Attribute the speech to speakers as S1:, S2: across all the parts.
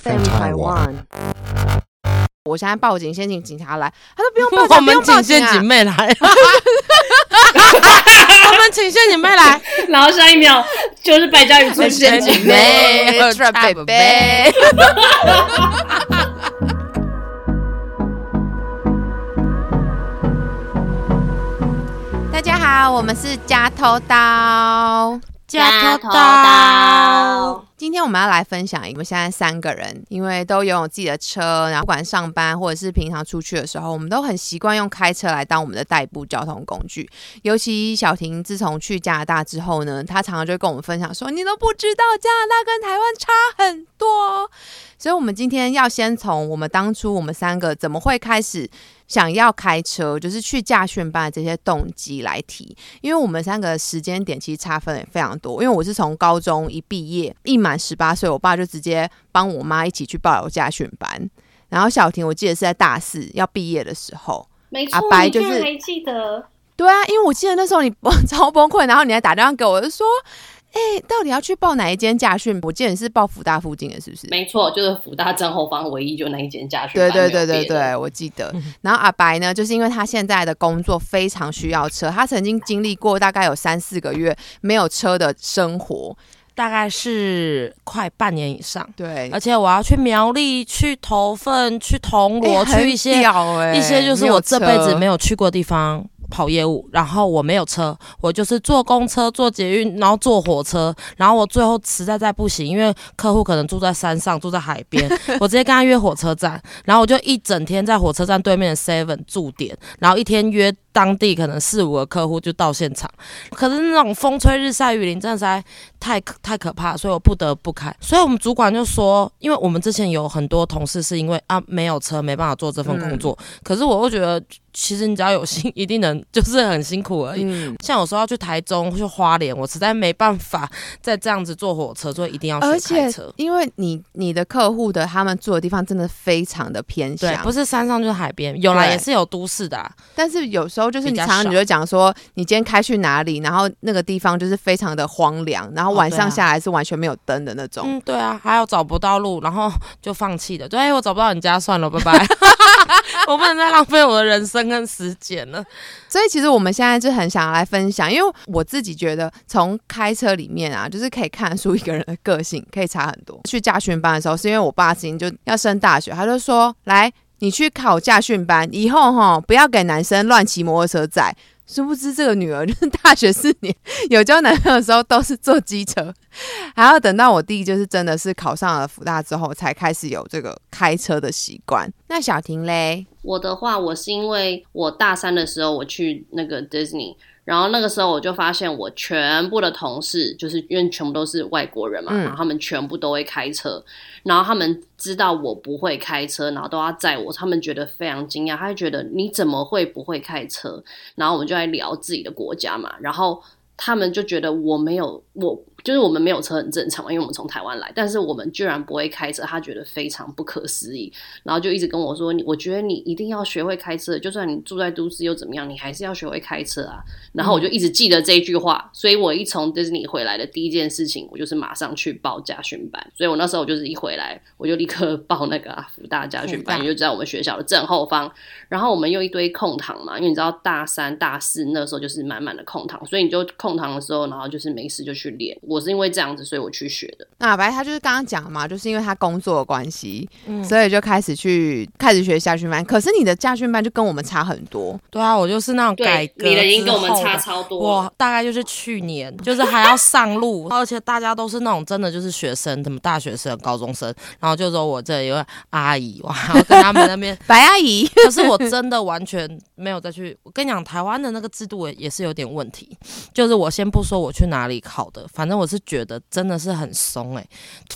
S1: FM Taiwan。
S2: 我现在报警，先请警察 来。他说不用报警，
S3: 我
S2: 不
S3: 们
S2: 用报警
S3: 请陷
S2: 啊
S3: 阱！妹来， 我们请陷阱妹来，
S4: 然后下一秒就是败家与出现姐
S2: 妹
S3: 妹，
S2: Trap
S3: 贝
S2: 贝
S3: 贝
S2: 贝。 大家好，我们是加头刀。
S3: 加头刀，
S2: 今天我们要来分享，我们现在三个人，因为都拥有自己的车，然后不管上班或者是平常出去的时候，我们都很习惯用开车来当我们的代步交通工具。尤其小婷自从去加拿大之后呢，她常常就会跟我们分享说：“你都不知道加拿大跟台湾差很多。”所以，我们今天要先从我们当初我们三个怎么会开始想要开车，就是去驾训班的这些动机来提，因为我们三个时间点其实差分也非常多。因为我是从高中一毕业，一满十八岁，我爸就直接帮我妈一起去报有驾训班。然后小婷，我记得是在大四要毕业的时候，
S4: 没错
S2: 阿，白
S4: 你
S2: 就
S4: 居
S2: 是
S4: 然还记得，
S2: 对啊，因为我记得那时候你超崩溃，然后你还打电话给我，我就说：“哎、到底要去报哪一间驾训？我记得你是报福大附近的，是不是？”
S4: 没错，就是福大正后方唯一就那一间家训
S2: 对
S4: 班，
S2: 对
S4: 没有
S2: 对对
S4: 别的
S2: 对，，我记得。然后阿白呢，就是因为他现在的工作非常需要车，他曾经经历过大概有三四个月没有车的生活。
S3: 大概是快半年以上，
S2: 对，哎
S3: 而且我要去苗栗、去头份、去铜
S2: 哎
S3: 锣、
S2: 很
S3: 去一些
S2: 屌哎
S3: 一些就是
S2: 没有
S3: 我这辈子
S2: 车
S3: 没有去过的地方跑业务，然后我没有车，我就是坐公车、坐捷运，然后坐火车，然后我最后实在在不行，因为客户可能住在山上，住在海 边，我直接跟他约火车站，然后我就一整天在火车站对面的 Seven 驻点，然后一天约当地可能四五个客户就到现场，可是那种风吹日晒雨淋，真的实在太可太可怕，所以我不得不开。所以我们主管就说，因为我们之前有很多同事是因为啊没有车没办法做这份工作，可是我又觉得其实你只要有心，一定能，就是很辛苦而已。
S2: 嗯，
S3: 像有时候要去台中、去花莲，我实在没办法再这样子坐火车，所以一定要
S2: 而
S3: 学开
S2: 且
S3: 车。
S2: 因为你你的客户的他们住的地方真的非常的偏
S3: 对，
S2: 乡
S3: 不，是山上就是海边，有啦
S2: 对
S3: 也是有都市的、啊，
S2: 但是有时候就是
S3: 比
S2: 你
S3: 较
S2: 常常
S3: 少
S2: 你就讲说，你今天开去哪里，然后那个地方就是非常的荒凉，然后
S3: 哦
S2: 晚
S3: 对
S2: 上
S3: 啊
S2: 下来是完全没有灯的那种。
S3: 嗯，对啊，还有找不到路，然后就放弃的。对，哎我找不到你家，算了，拜 拜。我不能再浪费我的人生跟时间了。
S2: 所以其实我们现在就很想要来分享，因为我自己觉得从开车里面啊，就是可以看出一个人的个性， 可以差很多。去驾训班的时候，是因为我爸今天就要升大学，他就说：“来，你去考驾训班，以后哈不要给男生乱骑摩托车载。”殊不知，这个女儿就是大学四年有交男朋友的时候都是坐机车，还要等到我弟就是真的是考上了福大之后，才开始有这个开车的习惯。那小婷嘞，
S4: 我的话，我是因为我大三的时候我去那个 Disney，然后那个时候我就发现我全部的同事，就是因为全部都是外国人嘛，
S2: 嗯
S4: 然后他们全部都会开车，然后他们知道我不会开车，然后都要载我，他们觉得非常惊讶，他就觉得你怎么会不会开车？然后我们就来聊自己的国家嘛，然后他们就觉得我没有我。就是我们没有车很正常嘛，因为我们从台湾来，但是我们居然不会开车，他觉得非常不可思议。然后就一直跟我说，你我觉得你一定要学会开车，就算你住在都市又怎么样，你还是要学会开车啊。然后我就
S3: 嗯
S4: 一直记得这一句话，所以我一从迪士尼回来的第一件事情，我就是马上去报家训班。所以我那时候就是一回来，我就立刻 报那个、啊、福大家训班，
S3: 福大
S4: 也就在我们学校的正后方。然后我们又一堆空堂嘛，因为你知道大三、大四那时候就是满满的空堂，所以你就空堂的时候，然后就是没事就去练。我是因为这样子，所以我去学的。
S2: 那反正他就是刚刚讲嘛，就是因为他工作的关系，
S3: 嗯
S2: 所以就开始去开始学驾训班。可是你的驾训班就跟我们差很多，，
S3: 对啊，我就是那种改
S4: 对，
S3: 革
S4: 你的已经跟我们
S3: 之后
S4: 差
S3: 的
S4: 超多了。
S3: 我大概就是去年，就是还要上路，而且大家都是那种真的就是学生，什么大学生、高中生，然后就说我这里有个阿姨，我还要跟他们那边
S2: 白阿姨
S3: 可是我真的完全没有再去。我跟你讲，台湾的那个制度也也是有点问题，就是我先不说我去哪里考的，反正我是觉得真的是很松诶、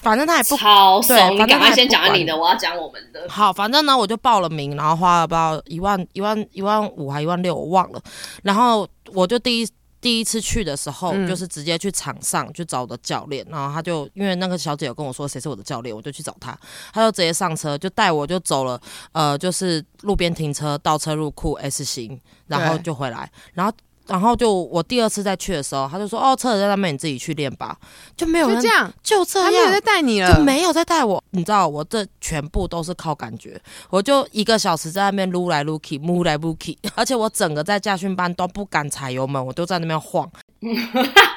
S3: 反正他也不
S4: 超
S3: 对
S4: 怂！你
S3: 反正
S4: 赶
S3: 他
S4: 快
S3: 也
S4: 先
S3: 不
S4: 讲
S3: 管
S4: 你的，我要讲我们的。
S3: 好，反正呢，我就报了名，然后花了不知道一万、一万、一万五还一万六，我忘了。然后我就第一第一次去的时候，
S2: 嗯
S3: 就是直接去场上去找我的教练，然后他就因为那个小姐有跟我说谁是我的教练，我就去找他，他就直接上车就带我就走了，呃，就是路边停车、倒车入库 S 型，然后
S2: 对
S3: 就回来，然后。然后就我第二次再去的时候，他就说：“哦，车子在那边，你自己去练吧。”就没有人
S2: 就这，样，
S3: 就这
S2: 他没有
S3: 样
S2: 在，带你
S3: 就
S2: 了，
S3: 没有在带我。你知道，我这全部都是靠感觉，我就一个小时在那边撸来撸去，撸来撸去，而且我整个在驾训班都不敢踩油门，我都在那边 晃。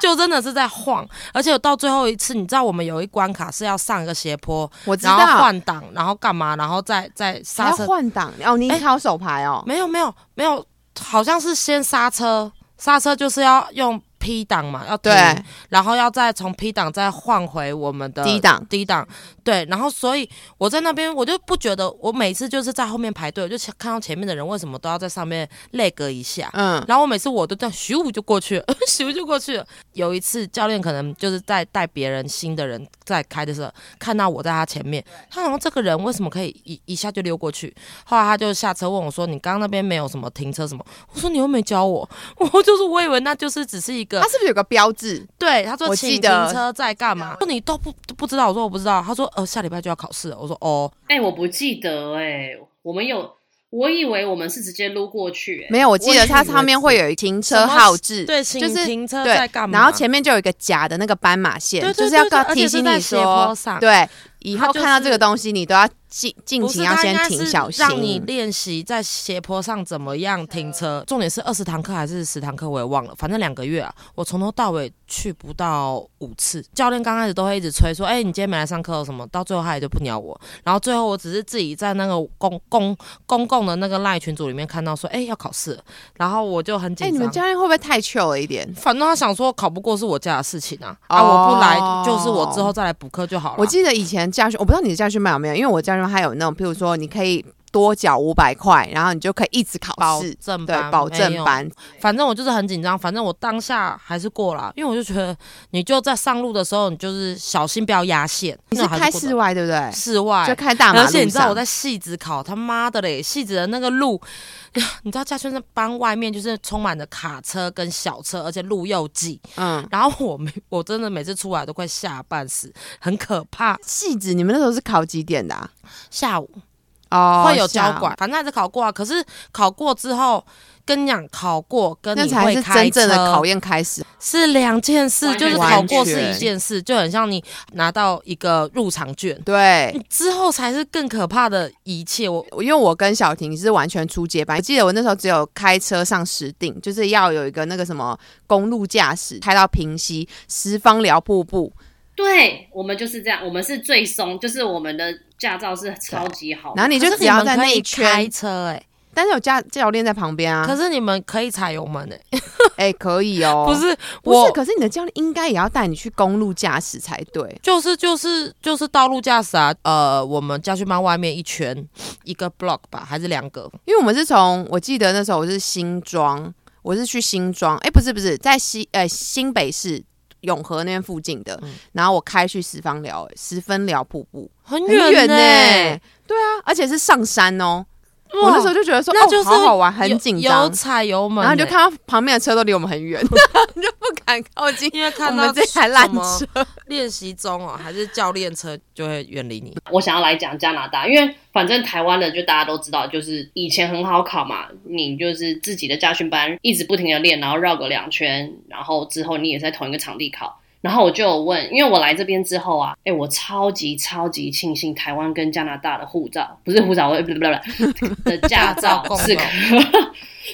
S3: 就真的是在晃，而且我到最后一次，你知道我们有一关卡是要上一个斜坡，
S2: 我知
S3: 然
S2: 道，
S3: 后换挡，然后干嘛，然后再再
S2: 还
S3: 刹
S2: 要
S3: 车
S2: 换挡哦，你
S3: 哎
S2: 考手牌哦，
S3: 没有没有没有，好像是先刹车，刹车就是要用 P 档嘛，要停
S2: 对，
S3: 然后要再从 P 档再换回我们的
S2: 低档
S3: 低档，对，然后所以我在那边我就不觉得，我每次就是在后面排队，我就看到前面的人为什么都要在上面累格一下。
S2: 嗯，
S3: 然后我每次我都这样咻就过去了， 咻就过去了。有一次教练可能就是在带别人新的人在开的时候，看到我在他前面，他想说这个人为什么可以一一下就溜过去？后来他就下车问我说：“你刚刚那边没有什么停车什么？”我说：“你又没教我。” 我就是我以为那就是只是一个
S2: 他是不是有个标志？
S3: 对，他说
S2: 我
S3: 请
S2: 记
S3: 停
S2: 得
S3: 车在干嘛？说你都不都不知道，我说我不知道。他说呃下礼拜就要考试了，我说哦，
S4: 哎、我不记得哎、我们有，我以为我们是直接撸过去、哎，
S2: 没有，我记
S3: 我
S2: 得
S3: 以
S2: 它
S3: 为
S2: 上面
S3: 是
S2: 会有停车
S3: 什么
S2: 号志，
S3: 对，请
S2: 就是
S3: 停车在
S2: 对
S3: 干，嘛？
S2: 然后前面就有一个假的那个斑马线
S3: 对，对
S2: 就是要
S3: 对对
S2: 告
S3: 而且
S2: 提
S3: 是
S2: 醒
S3: 在
S2: 你
S3: 斜坡
S2: 说，
S3: 上
S2: 对，以
S3: 它
S2: 后
S3: 就
S2: 看到这
S3: 是
S2: 个东西，你都要尽尽
S3: 不是
S2: 情要
S3: 他
S2: 先
S3: 应该
S2: 停
S3: 是
S2: 小心，
S3: 让你练习在斜坡上怎么样停车。重点是二十堂课还是十堂课，我也忘了，反正两个月啊，我从头到尾去不到五次。教练刚开始都会一直催说：“哎、你今天没来上课哦什么？”到最后他也就不鸟我。然后最后我只是自己在那个公公公共的那个赖群组里面看到说：“哎、要考试了。”然后我就很紧
S2: 哎，
S3: 张。
S2: 你们教练会不会太 chill 了一点？
S3: 反正他想说考不过是我家的事情啊，啊
S2: 哦
S3: 我不来就是我之后再来补课就好了。
S2: 我记得以前教训，我不知道你的教训班有没有，因为我教训班还有那种，譬如说你可以多缴五百块，然后你就可以一直考
S3: 保
S2: 试，
S3: 证
S2: 对
S3: 班，
S2: 保
S3: 没
S2: 证
S3: 有
S2: 班，
S3: 反正我就是很紧张，反正我当下还是过了，因为我就觉得你就在上路的时候，你就是小心不要压线。
S2: 你是
S3: 那还
S2: 开
S3: 过
S2: 室
S3: 的
S2: 外对不对？
S3: 室外，
S2: 就开大马路
S3: 而
S2: 上，
S3: 且你知道我在戏子考，他妈的嘞，戏子的那个路， 你知道嘉轩那班外面就是充满了卡车跟小车，而且路又挤，
S2: 嗯，
S3: 然后我每我真的每次出来都快吓半死，很可怕。
S2: 戏子，你们那时候是考几点的啊？
S3: 下午
S2: 哦
S3: 会有
S2: 下
S3: 交
S2: 午
S3: 管，反正还是考过啊。可是考过之后，跟你讲，考过跟
S2: 那
S3: 你
S2: 才
S3: 会
S2: 是
S3: 开
S2: 真正的
S3: 车
S2: 考验开始。
S3: 是两件事，
S4: 完全
S3: 就是
S4: 不
S3: 考
S2: 同
S3: 过是
S2: 完
S3: 一
S2: 全
S3: 件事，就很像你拿到一个入场券，
S2: 对，
S3: 之后才是更可怕的一切。我
S2: 因为我跟小婷是完全初阶班，我记得我那时候只有开车上石定，就是要有一个那个什么公路驾驶，开到平溪十方寮瀑布，
S4: 对，我们就是这样，我们是最松，就是我们的驾照是超级好的，
S2: 然后你就
S3: 可是
S2: 只要
S3: 们
S2: 在
S3: 可
S2: 那
S3: 以
S2: 一
S3: 开
S2: 圈，
S3: 车哎、
S2: 但是有教教练在旁边啊
S3: 可，是你们可以踩油门哎、
S2: 哎、可以哦，
S3: 不是
S2: 不
S3: 我
S2: 是，可是你的教练应该也要带你去公路驾驶才对。
S3: 就是就是就是道路驾驶啊，呃，我们家训班外面一圈一个 block 吧，还是两个？
S2: 因为我们是从我记得那时候我是新庄，我是去新庄，哎、不是不是，在西呃新北市永和那边附近的，然后我开去十方寮哎十分寮瀑布，
S3: 很欸
S2: 很远
S3: 呢、
S2: 呢、对啊，而且是上山哦、我
S3: 哇
S2: 那时候就觉得说，
S3: 那就是
S2: 哦、好好玩，很
S3: 有
S2: 紧
S3: 有
S2: 张，
S3: 踩油门、
S2: 然后你就。看到旁边的车都离我们很远， 你就不敢靠近。
S3: 因为
S2: 我
S3: 看到
S2: 们这台烂
S3: 什么
S2: 车，
S3: 练习中哦，还是教练车就会远离你。
S4: 我想要来讲加拿大，因为反正台湾的就大家都知道，就是以前很好考嘛，你就是自己的家训班一直不停的练，然后绕个两圈，然后之后你也在同一个场地考。然后我就有问，因为我来这边之后啊，哎，我超级超级庆幸台湾跟加拿大的护照不是护照，我不不不不的驾
S3: 驾照
S4: 照
S3: 共
S4: 是
S3: 用
S4: 可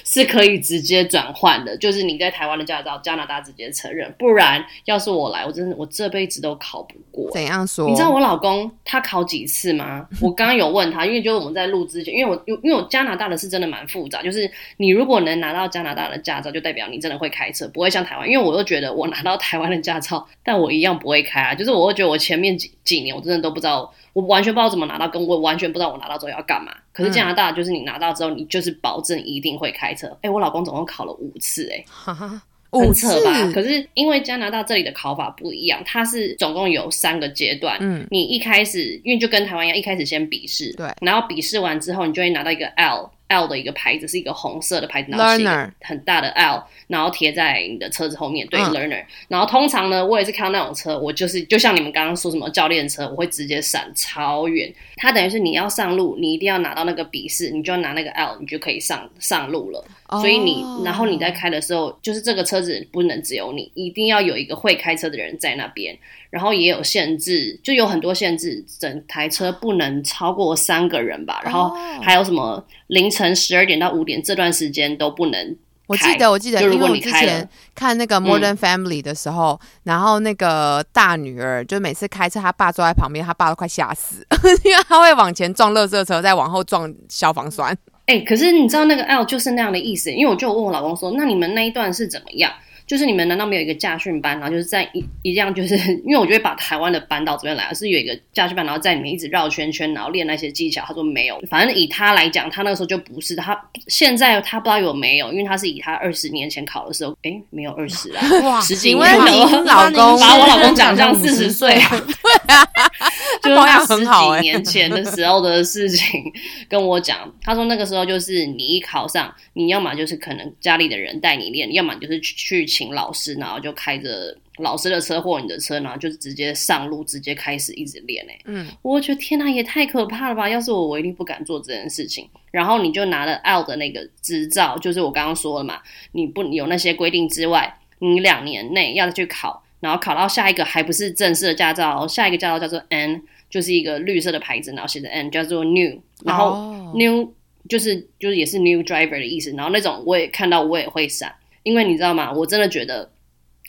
S4: 是可以直接转换的，就是你在台湾的驾照，加拿大直接承认。不然要是我来，我真的我这辈子都考不过。
S2: 怎样说？
S4: 你知道我老公他考几次吗？我刚刚有问他，因为就是我们在录之前，因为我因为我加拿大的是真的蛮复杂，就是你如果能拿到加拿大的驾照，就代表你真的会开车，不会像台湾。因为我又觉得我拿到台湾的驾照，但我一样不会开啊，就是我又觉得我前面几几年我真的都不知道，我完全不知道怎么拿到，跟我完全不知道我拿到之后要干嘛。可是加拿大就是你拿到之后，你就是保证一定会开车。哎、我老公总共考了五次、哎。
S3: 哈哈，
S2: 五
S4: 很
S2: 次
S4: 扯吧？可是因为加拿大这里的考法不一样，它是总共有三个阶段。
S2: 嗯
S4: 嗯，你一开始因为就跟台湾一样，一开始先笔试，
S2: 对
S4: 然后笔试完之后，你就会拿到一个 L。L 的一个牌子是一个红色的牌子，然后写一
S2: Learner
S4: 个很大的 L，然后贴在你的车子后面，对、
S2: 嗯
S4: Learner。然后通常呢，我也是看到那种车，我就是就像你们刚刚说什么教练车，我会直接闪超远。它等于是你要上路，你一定要拿到那个笔试，你就要拿那个 L，你就可以上上路了。
S2: 哦
S4: 所以你然后你在开的时候，就是这个车子不能只有你，一定要有一个会开车的人在那边，然后也有限制，就有很多限制，整台车不能超过三个人吧，然后
S2: 哦
S4: 还有什么凌晨十二点到五点这段时间都不能
S2: 我
S4: 开
S2: 记得，我记得，
S4: 就如
S2: 因为
S4: 果
S2: 我
S4: 你
S2: 之
S4: 开了嗯
S2: 前，看那个《Modern Family》的时候，然后那个大女儿就每次开车，她爸坐在旁边，她爸都快吓死， 因为她会往前撞垃圾车，再往后撞消防栓。
S4: 哎、可是你知道那个 L 就是那样的意思，因为我就有问我老公说，那你们那一段是怎么样？就是你们难道没有一个驾训班，然后就是在一一样，就是 因为我就会把台湾的班到这边来，是有一个驾训班，然后在里面一直绕圈圈，然后练那些技巧。他说没有，反正以他来讲，他那个时候就不是他，现在他不知道有没有，因为他是以他二十年前考的时候，哎、没有二十啦，
S3: 哇，
S4: 十几
S2: 请
S4: 年
S2: 问
S4: 了哦
S2: 您老公
S4: 把我老公讲像四十岁啊， 就是
S2: 保养
S4: 他
S2: 很好欸
S4: 十几年前的时候的事情跟我讲，他说那个时候就是你一考上，你要么就是可能家里的人带你练，要么你就是去去请老师，然后就开着老师的车或你的车，然后就直接上路，直接开始一直练哎、
S2: 嗯，
S4: 我觉得天哪，也太可怕了吧！要是我，我一定不敢做这件事情。然后你就拿了 L 的那个执照，就是我刚刚说了嘛，你不有那些规定之外，你两年内要去考，然后考到下一个还不是正式的驾照哦，下一个驾照叫做 N，就是一个绿色的牌子，然后写着 N，叫做 New，然后
S2: 哦
S4: New、就是就是也是 New Driver 的意思。然后那种我也看到，我也会闪，因为你知道吗？我真的觉得。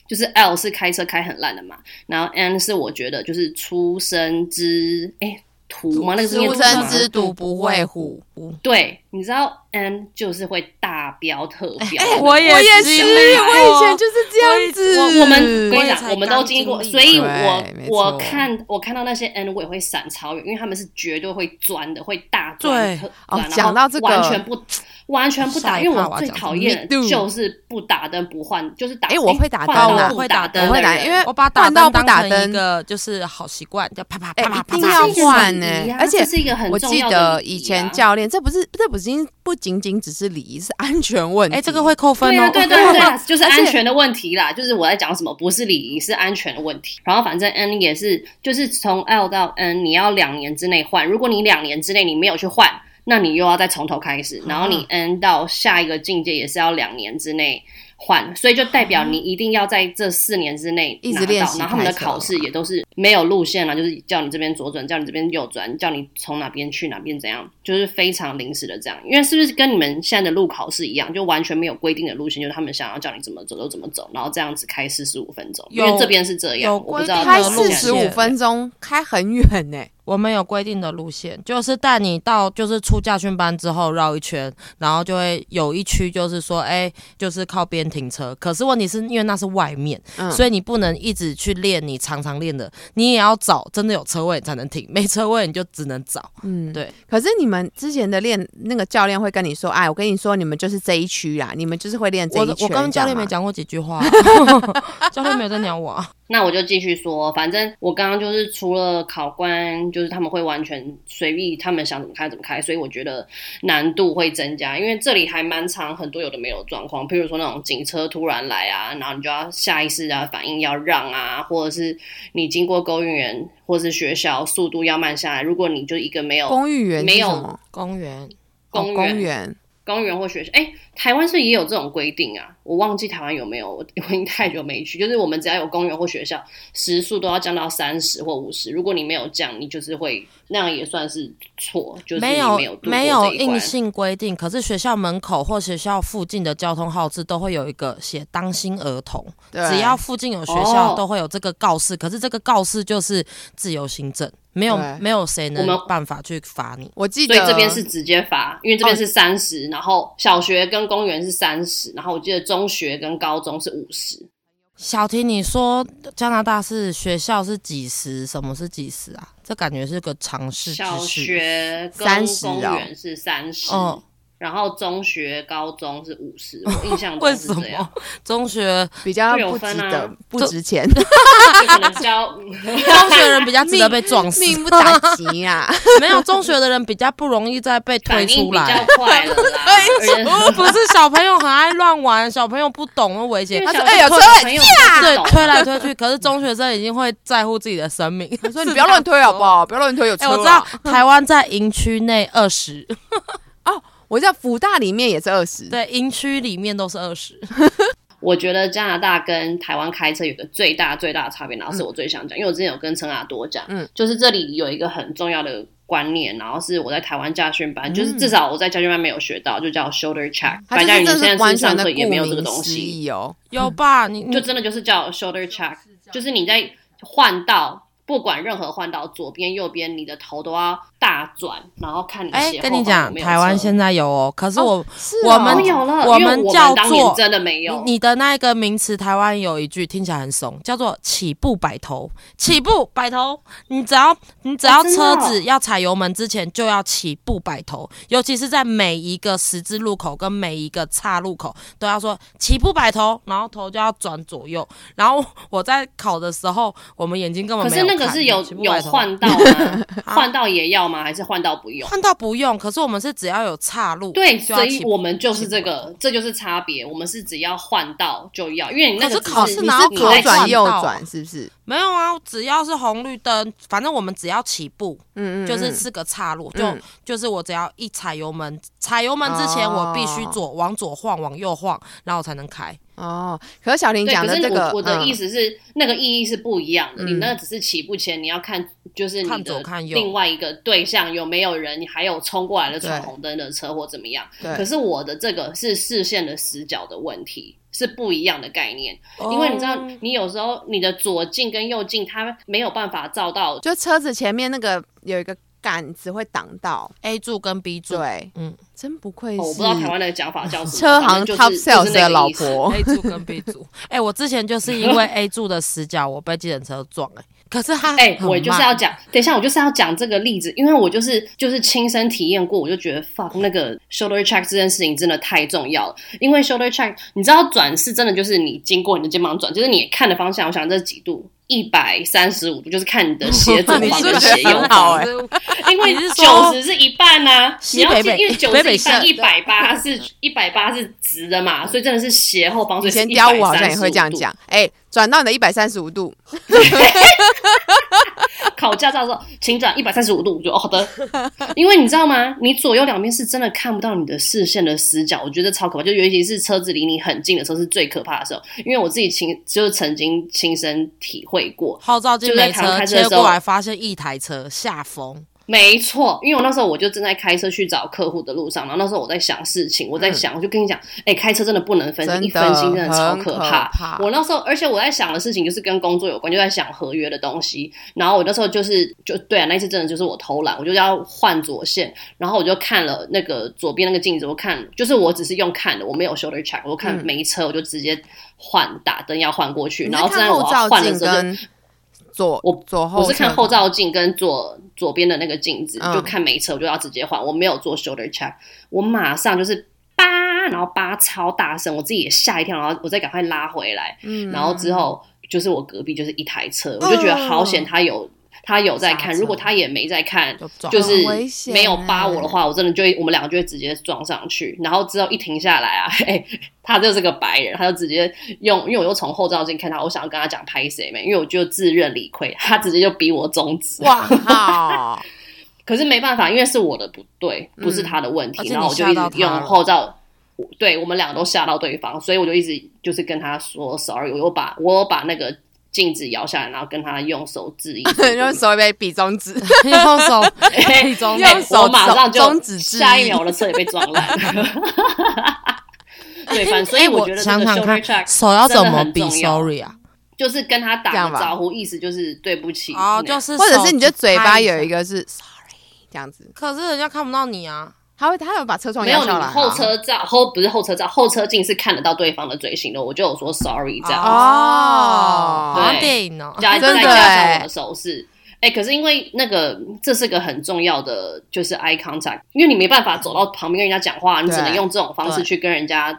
S4: 就是 L 是开车开很烂的嘛，然后 N 是我觉得就是出生之哎图吗？那个是念
S2: 书
S4: 图吗
S2: 生之犊不畏虎。
S4: 对，你知道 N 就是会大飙特飙、
S3: 哎我也
S2: 我也
S3: 经
S2: 是，哦
S3: 历
S2: 我
S3: 过
S2: 以前就是这样子。
S3: 我
S4: 我们跟
S3: 我
S4: 你
S3: 也
S4: 讲，
S3: 才
S4: 我们都
S3: 刚
S4: 经过，
S3: 经历
S4: 所以
S2: 对
S4: 我
S2: 没
S4: 我
S2: 错
S4: 看我看到那些 N 我也会闪超远，因为他们是绝对会钻的，会大钻
S3: 对
S4: 特
S2: 哦
S4: 钻，然后
S2: 讲到这个
S4: 完全不完全不打，
S3: 吓一
S4: 因为
S3: 跳
S4: 我
S3: 啊
S4: 最
S3: 讲
S4: 讨
S3: 真的
S4: 厌
S2: Me
S4: 的
S2: too
S4: 就是不打灯不换，就是打
S2: 哎我会打灯
S4: 换到
S2: 啊
S4: 不
S3: 会打
S4: 打灯
S3: 灯
S4: 的
S2: 我会打
S4: 人
S2: 因为
S3: 我把打
S2: 换到
S3: 灯
S2: 不打
S3: 当成
S2: 灯
S3: 一个就是好习惯，要啪啪
S2: 哎
S3: 啪啪
S2: 一
S3: 啪
S2: 定要
S3: 啪
S4: 这是一个
S2: 换
S4: 礼
S2: 欸
S4: 仪啊
S2: 而且
S4: 这是一个很
S2: 我
S4: 重
S2: 记
S4: 要的
S2: 得
S4: 礼
S2: 以
S4: 仪
S2: 前
S4: 啊
S2: 教练，这不是这不仅不仅仅只是礼仪，是安全问题。
S3: 哎，这个会扣分
S4: 对
S3: 哦
S4: 啊，。对对对啊，就是
S2: 而且
S4: 安全的问题啦。就是我在讲什么，不是礼仪，是安全的问题。然后反正 N 也是，就是从 L 到 N，你要两年之内换。如果你两年之内你没有去换，那你又要再从头开始。
S2: 啊
S4: 然后你 N 到下一个境界也是要两年之内换，所以就代表你一定要在这四年之内
S2: 啊一直
S4: 拿到
S2: 练习啊
S4: 然后他们的
S2: 开车
S4: 考试也都是没有路线啊，就是叫你这边左转，叫你这边右转，叫你从哪边去哪边怎样，就是非常临时的这样。因为是不是跟你们现在的路考试一样，就完全没有规定的路线，就是他们想要叫你怎么走就怎么走，然后这样子开四十五分钟。因
S3: 有
S4: 为这边是这
S3: 有
S4: 样，我不知
S3: 规
S4: 道
S3: 定
S2: 开
S3: 的路
S2: 四
S3: 线
S2: 十五分钟，开很远呢、
S3: 我们有规定的路线，就是带你到就是出驾训班之后绕一圈，然后就会有一区就是说，哎、就是靠边停车。可是问题是因为那是外面，
S2: 嗯
S3: 所以你不能一直去练你常常练的，你也要找真的有车位你才能停，没车位你就只能找。
S2: 嗯，
S3: 对。
S2: 可是你们之前的练那个教练会跟你说，哎，我跟你说，你们就是这一区啦，你们就是会练这
S3: 我
S2: 一区。
S3: 我跟教练没
S2: 这样吗，
S3: 讲过几句话、 教练没有在鸟我、啊。
S4: 那我就继续说，哦反正我刚刚就是除了考官，就是他们会完全随意，他们想怎么开怎么开，所以我觉得难度会增加，因为这里还蛮常很多有的没有的状况，譬如说那种警车突然来啊，然后你就要下意识啊反应要让啊，或者是你经过公园员或是学校速度要慢下来，如果你就一个没有
S2: 公寓园是
S4: 没有
S2: 什么
S3: 公园
S2: 哦
S4: 公园、
S2: 公园
S4: 公园或学校，哎、台湾是也有这种规定啊，我忘记台湾有没有，我我已经太久没去。就是我们只要有公园或学校，时速都要降到三十或五十，如果你没有降，你就是会那样也算是错，就是你
S3: 没有
S4: 没有度过
S3: 没有
S4: 这一关
S3: 硬性规定，可是学校门口或学校附近的交通号志都会有一个写“当心儿童”，
S2: 对
S3: 只要附近有学校
S4: 哦
S3: 都会有这个告示。可是这个告示就是自由行政，没有
S2: 对
S3: 没有谁能
S4: 我们
S3: 办法去罚你。
S2: 我记
S4: 所
S2: 得
S4: 以这边是直接罚，因为这边是三
S3: 哦
S4: 十、然后小学跟公园是三十，然后我记得中学跟高中是五十，
S3: 小婷，你说加拿大是学校是几十，什么是几十啊？这感觉是啊个常识知
S4: 小
S3: 识。
S4: 学跟
S2: 30
S4: 公
S2: 哦
S4: 园是三十、
S3: 嗯
S4: 然后中学、高中是五十，我印象
S3: 为
S4: 中是
S3: 什
S4: 这样
S3: 么。中学
S2: 比较
S4: 就有
S2: 不值
S4: 分啊
S2: 得，不
S3: 这
S2: 值钱，
S4: 就可能教
S3: 中学人比较值得被撞死？
S2: 命不打急啊！
S3: 没有中学的人比较不容易再被推
S4: 反应
S3: 出
S4: 比较
S3: 来。
S4: 快了 啦。
S3: 不是小朋友很爱乱玩，小朋友不懂那危险。
S2: 他说
S4: 小
S2: 哎有
S4: 朋
S2: 车
S4: 友
S2: 位
S3: 对
S4: 不，懂
S3: 推来推去，可是中学生已经会在乎自己的生命。
S2: 我说你 不要啊乱推好不好？不要乱推，有车哦啊。
S3: 哎、我知道台湾在营区内二十，
S2: 我知道福大里面也是二十，
S3: 对，营区里面都是二十。
S4: 我觉得加拿大跟台湾开车有个最大最大的差别，然后是我最想讲，因为我之前有跟陈阿多讲，
S2: 嗯
S4: 就是这里有一个很重要的观念，然后是我在台湾驾训班，
S2: 嗯
S4: 就是至少我在驾训班没有学到，就叫 shoulder check。
S2: 它
S4: 白嘉宇，
S2: 就
S4: 你
S2: 是
S4: 现
S2: 真的
S4: 在
S2: 完
S4: 去上
S2: 全的
S4: 课
S2: 顾
S4: 也没有这个
S2: 名
S4: 东
S2: 思
S4: 西，
S2: 义哦。
S3: 有吧？你
S4: 就
S3: 你
S4: 真的就是叫 shoulder check，就是你在换道。不管任何换道，左边右边，你的头都要大转，然后看你
S3: 哎、
S4: 斜后
S3: 跟你
S4: 方
S3: 讲
S4: 有，没有
S3: 台湾
S4: 车
S3: 现在有哦，可是我、
S2: 是
S3: 我
S4: 哦
S3: 们
S4: 有了，
S3: 我
S4: 因为
S3: 们
S4: 我
S3: 叫
S4: 们当年
S3: 做
S4: 真的没有
S3: 你你的那一个名词，台湾有一句听起来很怂，叫做“起步摆头”。起步摆头，你只要你只要
S4: 真的
S3: 车
S4: 哦
S3: 子要踩油门之前就要起步摆头，尤其是在每一个十字路口跟每一个岔路口都要说起步摆头，然后头就要转左右。然后我在考的时候，我们眼睛根本
S4: 可
S3: 没
S4: 是那个
S3: 看
S4: 是有
S3: 起步
S4: 有
S3: 摆头 啊
S4: 换到吗？换到也要吗？还是换到不用？
S3: 换到不用，可是我们是只要有岔路
S4: 对，
S3: 就要
S4: 所
S3: 起
S4: 以
S3: 步
S4: 我们就是这个，这就是差别。我们是只要换到就要，因为你那
S3: 可
S4: 个
S3: 是
S4: 只
S3: 考
S4: 是
S3: 试
S4: 你
S3: 哪有
S4: 你
S2: 哦左
S3: 考
S4: 在
S2: 转
S4: 换
S2: 右
S3: 到啊
S2: 转是不是？
S3: 没有啊，只要是红绿灯，反正我们只要起步，
S2: 嗯嗯，
S3: 就是
S2: 嗯
S3: 四个岔路，
S2: 嗯
S3: 就就是我只要一踩油门，踩油门之前
S2: 哦
S3: 我必须左、往左晃，往右晃，然后我才能开。
S2: 哦。可是小林
S4: 对，
S2: 讲
S4: 可
S2: 的
S4: 是
S2: 这个，
S4: 我我的
S2: 嗯
S4: 意思是，那个意义是不一样的。你
S2: 嗯
S4: 那个只是起步前你要看，就是
S3: 看
S4: 你
S3: 左
S4: 的
S3: 看右
S4: 另外一个对象有没有人，你还有冲过来的闯
S2: 对
S4: 红灯的车或怎么样。可
S2: 对，
S4: 是我的这个是视线的死角的问题，是不一样的概念。因为你知道
S3: 哦，
S4: 你有时候你的左镜跟右镜它没有办法照到，
S2: 就车子前面那个有一个杆子会挡到，
S3: A 柱跟 B 柱，
S2: 对，
S3: 嗯
S2: 真不愧是
S4: 哦我不知道台湾的讲法叫什么，
S2: 车行
S4: 反正就
S2: top
S4: 是
S2: sales 的老。
S4: 就是那个意思
S2: 婆，
S3: ，A 柱跟 B 柱。哎、我之前就是因为 A 柱的死角，我被计程车撞、哎，可是他
S4: 哎、
S3: 很
S4: 我就是
S3: 慢
S4: 要讲，等一下我就是要讲这个例子，因为我就是就是亲身体验过，我就觉得 fuck 那个 shoulder check 这件事情真的太重要了。因为 shoulder check，你知道转是真的就是你经过你的肩膀转，就是你看的方向，我想这几度。一百三十五度就是看 你 的斜左
S3: 你
S4: 方
S3: 是
S4: 跟
S3: 不是
S4: 斜
S3: 觉
S4: 右
S3: 得很
S4: 方，
S2: 欸
S3: 好哎、
S4: 因为
S3: 你是
S4: 九
S3: 说
S4: 十是一半呐、啊，你
S3: 西
S4: 要
S3: 北
S4: 记
S3: 北
S4: 因为九
S3: 北
S4: 十
S3: 北
S4: 一半，
S3: 向
S4: 一百八是一百八是直的嘛，所以真的是斜后方。所
S2: 以前
S4: 是135
S2: 雕舞好像也会这样
S4: 度。
S2: 讲，哎，转到你的一百三十五度，
S4: 考驾照的时候，请转一百三十五度，我就哦好的，因为你知道吗？你左右两边是真的看不到你的视线的死角，我觉得超可怕。就尤其是车子离你很近的时候，是最可怕的时候。因为我自己亲就是曾经亲身体会过，
S3: 后照镜
S4: 就在
S3: 没
S4: 台湾
S3: 车
S4: 开车的
S3: 切
S4: 时候
S3: 过来，发现一台车下 风，
S4: 没错，因为我那时候我就正在开车去找客户的路上，然后那时候我在想事情，我在想，我就跟你讲，哎、开车真的不能分
S2: 嗯真
S4: 心，
S2: 的
S4: 一分心真的超
S2: 很可
S4: 怕。
S2: 怕
S4: 我那时候，而且我在想的事情就是跟工作有关，就在想合约的东西。然后我那时候就是就对啊，那一次真的就是我偷懒，我就要换左线，然后我就看了那个左边那个镜子，我看就是我只是用看的，我没有 shoulder check，我看
S2: 嗯
S4: 没车我就直接换打灯要换过去，
S2: 你
S4: 然后
S2: 是
S4: 正在
S2: 看
S4: 我
S2: 后
S4: 要
S2: 照
S4: 换的
S2: 镜
S4: 时候就
S2: 跟左
S4: 我
S2: 左后，
S4: 我是看后，照镜跟左左边的那个镜子，
S2: 嗯
S4: 就看没车，我就要直接换，我没有做 shoulder check，我马上就是叭，然后叭超大声，我自己也吓一跳，然后我再赶快拉回来，
S2: 嗯哦
S4: 然后之后就是我隔壁就是一台车，我就觉得好险，他有他有在
S3: 刹
S4: 看，
S3: 车
S4: 如果他也没在看。
S3: 就撞。
S4: 就是
S2: 很危险
S4: 没有扒我的话，我真的就会我们两个就会直接撞上去，然后之后一停下来啊， 嘿、他就是个白人，他就直接用，因为我又从后照镜看他，我想要跟他讲拍谁没，因为我就自认理亏，他直接就比我中 指。
S2: 哇 靠，
S4: 可是没办法，因为是我的不对，
S2: 嗯，
S4: 不是他的问
S3: 而
S4: 题，
S3: 且你
S4: 然后我就一
S3: 吓到
S4: 直
S3: 他了
S4: 用后照，对我们两个都吓到对方，所以我就一直就是跟他说 sorry，我有把我有把那个镜子摇下来，然后跟他用手致 意
S2: 就手被比中指，
S3: 用手，
S4: 嘿
S3: 中
S4: 嘿
S2: 用手
S4: 我马上就
S2: 中指致意
S4: 下一秒我的车也被撞烂。 对，反正所 以
S3: 哎
S4: 我觉得这
S3: 想
S4: 个
S3: 想
S4: shoulder
S3: 看
S4: check
S3: 手要怎
S4: 真的
S3: 么
S4: 很
S3: 比
S4: 重要
S3: ？Sorry 啊，
S4: 就是跟他
S2: 这
S4: 打
S2: 样
S4: 个
S2: 吧
S4: 招呼，意思就是对不起那
S3: 哦，
S4: 样，
S3: 就是
S2: 或者是你
S3: 就
S2: 的嘴巴有一
S3: 个，
S2: 个是 sorry 这样子，
S3: 可是人家看不到你啊。
S2: 他会他有把车窗
S4: 没有
S2: 摇
S4: 你
S2: 下来啊，
S4: 后车照后不是后车照后车镜是看得到对方的嘴型的，我就有说 sorry 这样。
S3: 哦，
S2: 对
S3: 好像电影哦。
S4: 加
S2: 真的
S4: 再加上
S2: 欸
S4: 我的手势。哎、可是因为那个，这是个很重要的，就是 eye contact，因为你没办法走到旁边跟人家讲话，你只
S2: 对
S4: 能用这种方式
S3: 对
S4: 去跟人家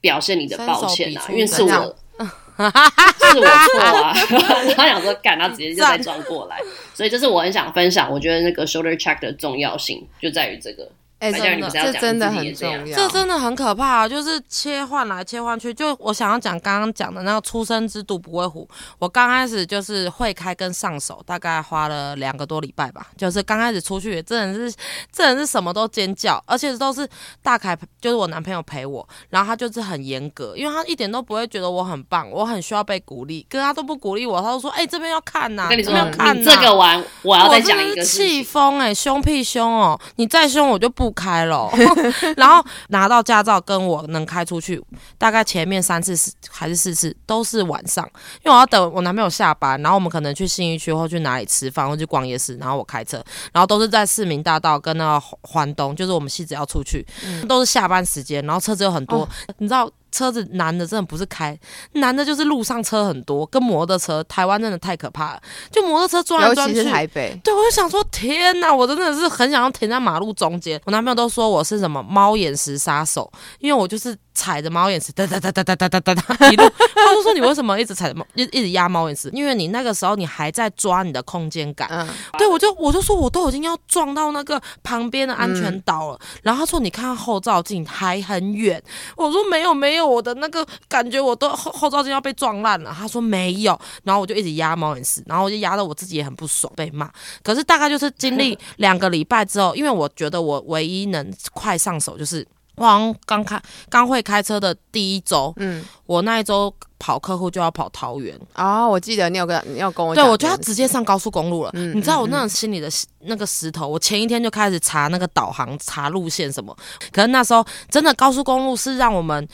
S4: 表现你的抱歉
S3: 伸
S4: 啊，
S3: 手比出
S4: 因为是
S2: 怎
S4: 我，是
S2: 样
S4: 我 错啊。 然后想说，干，他直接就再
S3: 赞
S4: 撞过来，所以这是我很想分享，我觉得那个 shoulder check 的重要性就在于这个。
S2: 哎、
S4: 反
S3: 正
S4: 正你不是要
S2: 这
S4: 讲
S2: 真的
S4: 自己也
S2: 很重
S4: 样
S2: 要，
S3: 这真的很可怕、就是切换来切换去。就我想要讲刚刚讲的那个“初生之犊不畏虎”，我刚开始就是会开跟上手，大概花了两个多礼拜吧。就是刚开始出去，真的是真的是什么都尖叫，而且都是大凯，就是我男朋友陪我，然后他就是很严格，因为他一点都不会觉得我很棒，我很需要被鼓励，可是他都不鼓励我，他都说：“哎、这边要看呐、
S4: 我跟你说，
S3: 这边要看
S4: 你
S3: 呐、
S4: 这个完，我要
S3: 我
S4: 再
S3: 真
S4: 讲
S3: 的
S4: 一
S3: 是
S4: 个事
S3: 气
S4: 情。
S3: 疯哎，凶屁凶哦！你再凶我就不开了。 然后拿到驾照跟我能开出去，大概前面三次四还是四次都是晚上，因为我要等我男朋友下班，然后我们可能去信义区或去哪里吃饭或去逛夜市，然后我开车，然后都是在市民大道跟那个环东，就是我们戏子要出去，
S4: 嗯
S3: 都是下班时间，然后车子有很多，
S2: 哦
S3: 你知道。车子男的真的不是开，男的就是路上车很多，跟摩托车，台湾真的太可怕了。就摩托车撞来
S2: 尤
S3: 撞
S2: 其
S3: 去，
S2: 是台北，
S3: 对，我就想说，天哪，我真的是很想要停在马路中间。我男朋友都说我是什么猫眼石杀手，因为我就是踩着猫眼石哒哒哒哒哒哒哒哒哒一路。他就说你为什么一直踩着猫，一一直压猫眼石？因为你那个时候你还在抓你的空间感。
S2: 嗯，
S3: 对，我就我就说我都已经要撞到那个旁边的安全岛了，然后他说你看后照镜还很远，我说没有没有，我的那个感觉我都后后照镜要被撞烂了，他说没有，然后我就一直压猫眼石，然后我就压到我自己也很不爽被骂，可是大概就是经历两个礼拜之后，因为我觉得我唯一能快上手就是。我好像刚开刚会开车的第一周，
S2: 嗯，
S3: 我那一周跑客户就要跑桃园，
S2: 哦，我记得你有跟你有跟我
S3: 对，
S2: 讲
S3: 我
S2: 这
S3: 就要
S2: 件事
S3: 直接上高速公路了。
S2: 嗯
S3: 你知道我那种心里的石那个石头，我前一天就开始查那个导航、查路线什么。可是那时候真的高速公路是让我们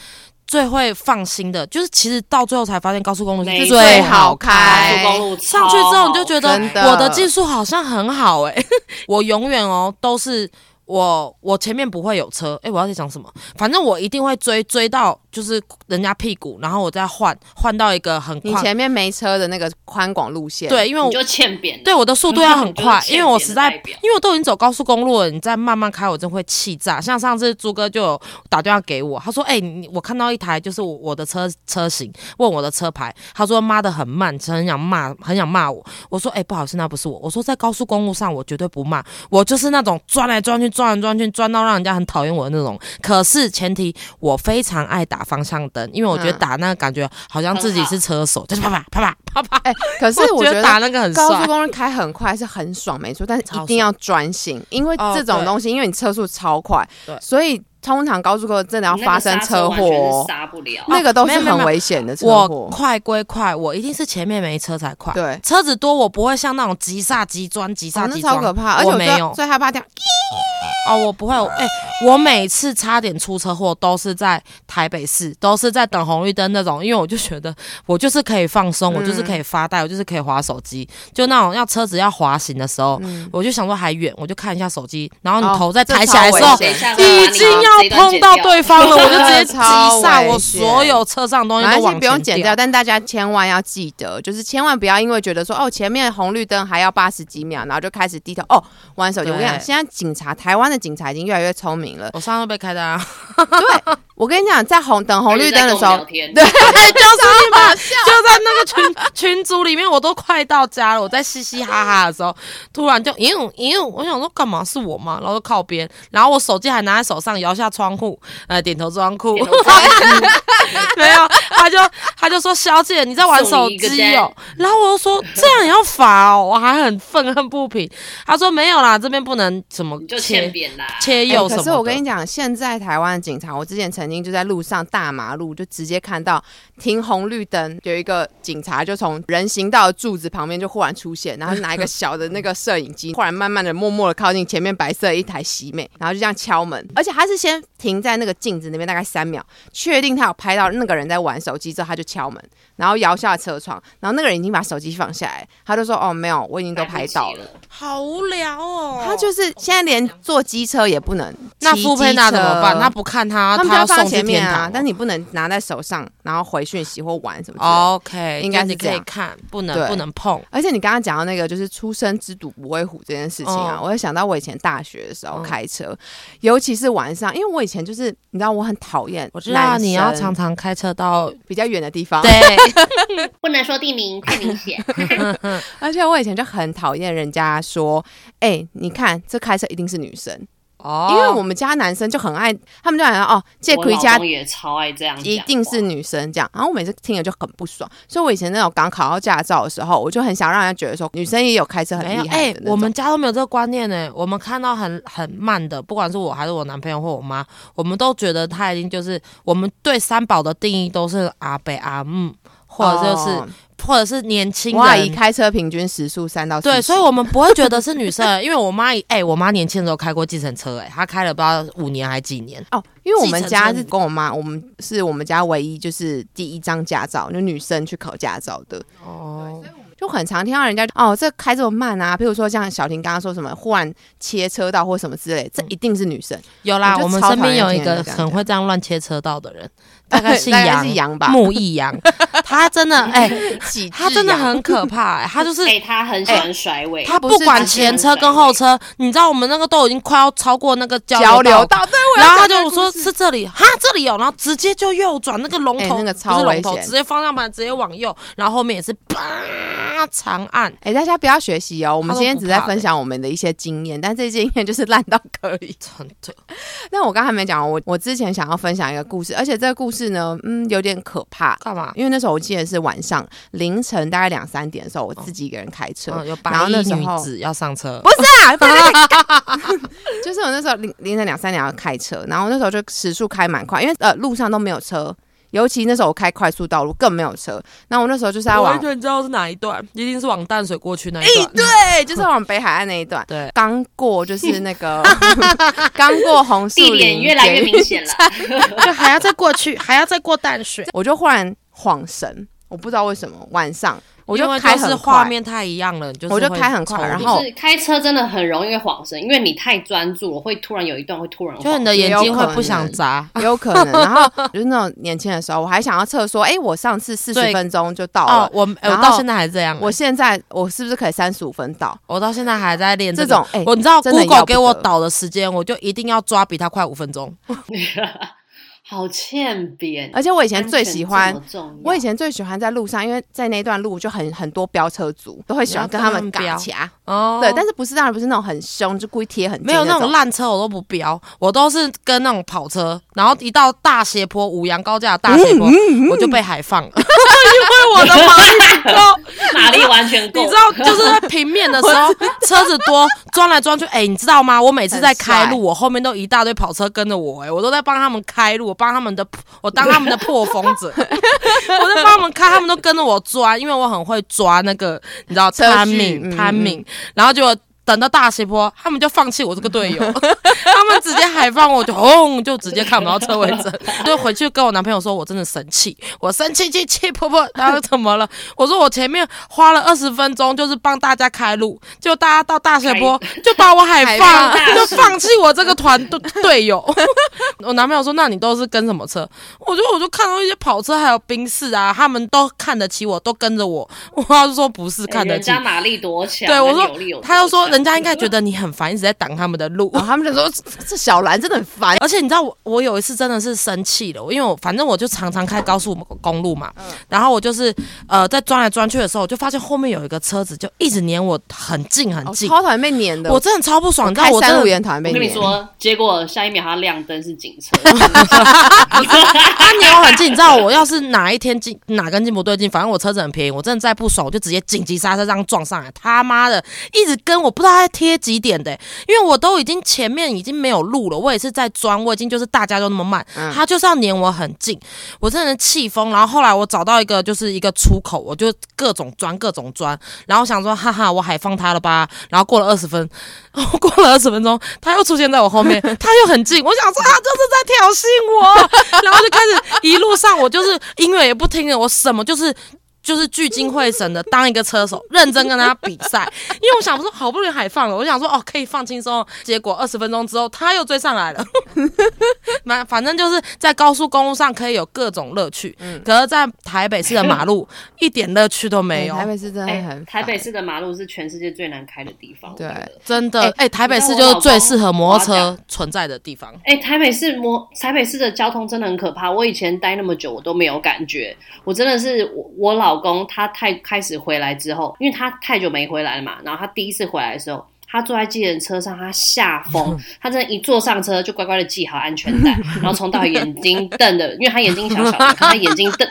S3: 最会放心的，就是其实到最后才发现高速公路
S4: 没
S3: 是
S4: 错
S3: 最
S2: 好
S3: 好
S2: 开
S3: 开。
S4: 高速公路
S3: 哎上去之后你就觉得
S4: 超好
S2: 真的
S3: 我的技术好像很好哎、 我永远哦都是我我前面不会有车哎、我要在讲什么？反正我一定会追追到就是人家屁股，然后我再换换到一个很
S2: 你
S3: 快。
S2: 前面没车的那个宽广路线，，
S3: 对，因为
S4: 你
S3: 我
S4: 就欠扁了。
S3: 对我的速度要很快
S4: 嗯，你就是欠扁
S3: 因为我实在
S4: 的代表，
S3: 因为我都已经走高速公路了，你再慢慢开，我真会气炸。像上次朱哥就有打电话给我，他说：“哎、你我看到一台就是我我的车车型，问我的车牌，他说妈的很慢，很想骂，很想骂我。”我说：“哎、不好意思，那不是我。”我说：“在高速公路上，我绝对不骂，我就是那种钻来钻去、钻来钻去、钻到让人家很讨厌我的那种。可是前提，我非常爱打方向灯，因为我觉得
S2: 嗯
S3: 打那个感觉好像自己是车手，就是啪啪啪啪啪啪。”
S2: 哎、可是我
S3: 我
S2: 觉
S3: 觉
S2: 得
S3: 得打那个很帅。
S2: 高速公路开很快是很爽，没错，但是一定要专心，因为这种东西，因为你车速超快，
S3: 哦对
S2: 所以通常高速公路真的要
S4: 那个
S2: 发生
S4: 刹车
S2: 车
S4: 完全是
S2: 祸，哦
S4: 刹哦不了。
S2: 那个都
S3: 没
S2: 是
S3: 有没有
S2: 很危险的车
S3: 我
S2: 祸。
S3: 快归快，我一定是前面没车才快。
S2: 对
S3: 车子多我不会像那种急刹急钻急
S2: 哦
S3: 刹
S2: 那
S3: 急钻，
S2: 超可怕，而且
S3: 我
S2: 我
S3: 没
S2: 最
S3: 有
S2: 最害怕这样，
S3: 哦，我不会。我哎、我每次差点出车祸都是在台北市，都是在等红绿灯那种，因为我就觉得我就是可以放
S2: 嗯
S3: 松，我就是可以发呆，我就是可以划手机，就那种要车子要滑行的时候，我就想说还远，我就看一下手机，然后
S2: 嗯哦
S3: 你头再
S2: 这
S3: 抬起
S2: 超
S3: 来的时
S2: 危
S3: 候，
S2: 险
S4: 等一下会把
S3: 已
S4: 你
S3: 经
S4: 这一
S3: 要
S4: 段
S3: 碰
S4: 剪
S3: 到
S4: 掉
S3: 对方了，我就直接急
S2: 超
S3: 刹，
S2: 危
S3: 我
S2: 险
S3: 所有车上的东
S2: 没关
S3: 西都往
S2: 系，
S3: 前
S2: 不用剪
S3: 掉
S2: 掉，但大家千万要记得，就是千万不要因为觉得说哦前面红绿灯还要八十几秒，然后就开始低头哦玩手机。我
S3: 对
S2: 跟你讲，现在警察台湾的警察已经越来越聪明了。
S3: 我上次被开单啊，
S2: 对，我跟你讲，在红等红绿灯的时
S4: 他
S2: 候
S4: 就在跟我们聊，天
S2: 对，
S3: 就是你们就在那个群群组里面，我都快到家了。我在嘻嘻哈哈的时候，突然就咦咦，我想说干嘛是我吗？然后就靠边，然后我手机还拿在手上，摇下窗户，呃，点头装酷，
S4: 点头装
S3: 没有，他就他就说小姐你在玩手机哦，然后我就说这样也要罚哦，我还很愤恨不平。他说没有啦，这边不能怎么
S4: 你就欠
S3: 切
S4: 扁啦。
S3: 切
S2: 哎
S3: 右什么
S2: 可
S3: 的。
S2: 是我跟你讲，现在台湾的警察，我之前曾经就在路上大马路就直接看到停红绿灯，有一个警察就从人行道的柱子旁边就忽然出现，然后拿一个小的那个摄影机， 忽然慢慢的默默的靠近前面白色的一台喜美，然后就这样敲门，而且他是先停在那个镜子那边大概三秒，确定他有拍到那个人在玩手机之后，他就敲门，然后摇下车窗，然后那个人已经把手机放下来，他就说哦没有，我已经都拍到了。
S4: 了，
S3: 好无聊哦，
S2: 他就是现在连坐机车也不能，
S3: 那
S2: 骑
S3: 傅佩娜
S2: 机
S3: 怎
S2: 车
S3: 么办？他不看他，
S2: 他们就
S3: 要
S2: 要放在
S3: 送去
S2: 前
S3: 天
S2: 面
S3: 堂
S2: 啊
S3: 哦。，
S2: 但你不能拿在手上，然后回讯息或玩什么之类
S3: 哦
S2: 的。
S3: OK，
S2: 应该
S3: 就是你
S2: 这
S3: 可以
S2: 样
S3: 看，不
S2: 对
S3: 能不能碰。
S2: 而且你刚刚讲到那个就是“初生之犊不畏虎”这件事情啊，
S3: 哦
S2: 我就想到我以前大学的时候
S3: 嗯
S2: 开车，尤其是晚上，因为我以前就是你知道我很讨厌，
S3: 我知道你要常常开车到
S2: 比较远的地方，
S3: 对，
S4: 不能说地名太明 显。
S2: 而且我以前就很讨厌人家说，哎、你看这开车一定是女生。
S3: 哦，
S2: 因为我们家男生就很爱，他们就很爱哦，借
S4: 我
S2: 回
S4: 老
S2: 家
S4: 公也超爱这样讲话，
S2: 一定是女生这样。然后我每次听了就很不爽，所以我以前那种刚考到驾照的时候，我就很想让人家觉得说女生也有开车很
S3: 没有
S2: 厉害
S3: 哎、
S2: 的那种。
S3: 我们家都没有这个观念呢、我们看到很很慢的，不管是我还是我男朋友或我妈，我们都觉得他已经就是我们对三宝的定义都是阿伯阿姆，或者就是、
S2: 哦
S3: 或者是年轻
S2: 我阿姨
S3: 人。
S2: 开车平均时速三到四十，
S3: 对，所以我们不会觉得是女生， 因为我妈哎、我妈年轻的时候开过计程车、哎，她开了不知道五年还几年。
S2: 哦，因为我们
S3: 计
S2: 家
S3: 程车
S2: 是跟我妈，我们是我们家唯一就是第一张驾照，就女生去考驾照的，
S3: 哦，
S2: 就很常听到人家哦，这开这么慢啊，譬如说像小婷刚刚说什么忽然切车道或什么之类，
S3: 嗯
S2: 这一定是女生，
S3: 有啦，
S2: 我就
S3: 我们
S2: 超
S3: 身
S2: 讨厌
S3: 边有一
S2: 听人
S3: 个
S2: 家这样
S3: 很
S2: 讲
S3: 会这样乱切车道的 人，大概是
S2: 大概
S3: 杨
S2: 是羊吧，
S3: 木 易阳，他真的哎、
S2: 几只
S3: 他真的
S2: 羊
S3: 很可怕、哎他就是
S4: 哎、他很喜欢甩尾，
S3: 他
S2: 不
S3: 不
S2: 是
S3: 管
S2: 只是
S3: 前车跟后车，你知道我们那个都已经快要超过那个
S2: 交
S3: 流
S2: 流
S3: 道，
S2: 道，对，我要
S3: 然后
S2: 讲
S3: 他
S2: 这
S3: 就
S2: 个
S3: 说
S2: 故事
S3: 是这里哈这里有，然后直接就右转那个龙
S2: 哎那
S3: 头，
S2: 个
S3: 不是
S2: 超危
S3: 龙头，
S2: 险
S3: 直接方向盘直接往右，然后后面也是啪长按，
S2: 哎、大家不要学习哦！我们
S3: 他都
S2: 今天
S3: 不
S2: 只在
S3: 怕
S2: 分
S3: 的
S2: 享我们的一些经验，但这些经验就是烂到 可以。
S3: 真的
S2: 那我刚才没讲完，我我之前想要分享一个故事，而且这个故事呢，嗯，有点可怕，
S3: 干嘛？
S2: 因为那时候我记得是晚上凌晨大概两三点的时候，
S3: 哦
S2: 我自己一个人开车，
S3: 嗯，有
S2: 然
S3: 白
S2: 后那
S3: 衣
S2: 时
S3: 女
S2: 候
S3: 子要上车，
S2: 不是啊，不是那个 就是我那时候凌凌晨两三点要开车，然后那时候就时速开蛮快，因为呃路上都没有车，尤其那时候我开快速道路更没有车，那我那时候就是要
S3: 我
S2: 往
S3: 完全知道是哪一段，一定是往淡水过去那一
S2: 哎、
S3: 段。嗯
S2: 对，就是往北海岸那一段。
S3: 对，
S2: 刚过就是那 个，刚过红树
S4: 地
S2: 林，
S4: 点越来越明显了。
S3: 就还要再过去，还要再过淡水，
S2: 我就忽然晃神，我不知道为什么晚上我
S3: 因为
S2: 开
S3: 是
S2: 很
S3: 画
S2: 快，
S3: 面太一样了，就是
S2: 我就
S3: 会
S2: 开很快
S3: 抽
S2: 然
S3: 离
S2: 后
S4: 就是开车真的很容易会晃神，因为你太专注了，会突然有一段会突然
S3: 就你的
S4: 晃
S3: 眼睛
S2: 哦
S3: 会
S2: 也有可
S3: 不想
S2: 能
S3: 眨。
S2: 有可能。然后就是那种年轻的时候，我还想要测说，哎、我上次四十
S3: 对
S2: 分钟就到
S3: 哦
S2: 了，，
S3: 我哎
S2: 然
S3: 我
S2: 后
S3: 到现在还这样，
S2: 我现在我是不是可以三十五分到？
S3: 我到现在还在练
S2: 这
S3: 个
S2: 种哎
S3: 我你知道
S2: 真的要不
S3: Google 给我
S2: 得
S3: 导的时间，我就一定要抓比它快五分钟。
S4: 好欠扁。
S2: 而且我以前最喜欢
S4: 安。全这么重要，
S2: 我以前最喜欢在路上，因为在那段路就很很多飙车族，都会喜欢
S3: 你
S2: 跟
S3: 要跟
S2: 他
S3: 他
S2: 们
S3: 们飙
S2: 尬起来。
S3: 哦
S2: 对，但是不是当然不是那种很凶，就故意贴很近
S3: 没有那
S2: 那
S3: 种烂车我都不飙，我都是跟那种跑车，然后一到大斜坡，五羊高架的大
S2: 嗯
S3: 斜坡，我就被海放了， 因为我的马力不够。
S4: 马力完全够，
S3: 你知道，就是在平面的时候，车子多，钻来钻去。哎、你知道吗？我每次在开
S2: 很帅
S3: 路，我后面都一大堆跑车跟着我、哎，我都在帮他们开路，我帮他们的，我当他们的破风者，我在帮他们开，他们都跟着我抓，因为我很会抓那个，你知道
S2: 车距嗯
S3: timing timing，然后就。等到大斜坡，他们就放弃我这个队友， 他们直接海放我，就轰，就直接看不到车尾灯， 就回去跟我男朋友说，我真的生气，我生气气气婆婆，他说怎么了？ 我说我前面花了二十分钟，就是帮大家开路，就大家到大斜坡就把我海放，
S4: 海放
S3: 就放弃我这个团队队友。 我男朋友说，那你都是跟什么车？我就我就看到一些跑车还有宾士啊，他们都看得起我，都跟着我。 我妈就说不是
S4: 哎
S3: 看得
S4: 人
S3: 起，
S4: 家马力多强，
S3: 对我
S4: 那扭力有
S3: 说，
S4: 多
S3: 他又说
S4: 强
S3: 人家应 该觉得你很烦，一直在挡他们的路。
S2: 然后他们就说这这小兰真的很烦，
S3: 而且你知道我，我有一次真的是生气了，因为我反正我就常常开高速公路嘛，然后我就是呃在钻来钻去的时候，我就发现后面有一个车子就一直撵我很近很
S2: 我
S3: 近，
S2: 哦超讨厌被撵的。
S3: 我真的超不爽，你知道
S2: 开
S3: 我真
S2: 山路
S3: 的
S2: 也很讨厌被
S4: 我跟你
S2: 撵。
S4: 说，结果下一秒他亮灯是 警车，
S3: 他撵我很近，你知道我要是哪一天进哪根筋不对劲，反正我车子很便宜，我真的再不爽我就直接紧急刹车这样撞上来，他妈的一直跟我不知道他在贴几点的、因为我都已经前面已经没有路了，我也是在钻，我已经就是大家都那么慢，他就是要撵我很近，我真的气疯。然后后来我找到一个就是一个出口，我就各种钻各种钻，然后想说哈哈，我海放他了吧。然后过了二十分， 过了二十分钟，他又出现在我后面， 他又很近，我想说他就是在挑衅我，然后 就开始一路上我就是音乐也不听了，我什么就是。就是聚精会神的当一个车手，认真跟他比赛，因为我想说好不容易海放了，我想说哦可以放轻松，结果二十分钟之后他又追上来了， 那反正就是在高速公路上可以有各种乐趣，可是，在台北市的马路一点乐趣都没有
S2: 哎，台北市真的
S4: 哎、
S2: 很烦
S4: 台北市的马路是全世界最难开的地方，我
S2: 对
S4: 觉得。
S3: 真的
S2: 哎
S3: 哎、台北市就是最适合摩托
S4: 我要
S3: 车存在的地方。
S4: 哎、台北市摩台北市的交通真的很可怕。我以前待那么久，我都没有感觉。我真的是我我老公他太开始回来之后，因为他太久没回来了嘛，然后他第一次回来的时候，他坐在计程车上，他吓疯，他真的一坐上车就乖乖的系好安全带，然后从到尾眼睛瞪的，因为他眼睛小小的，可他眼睛瞪。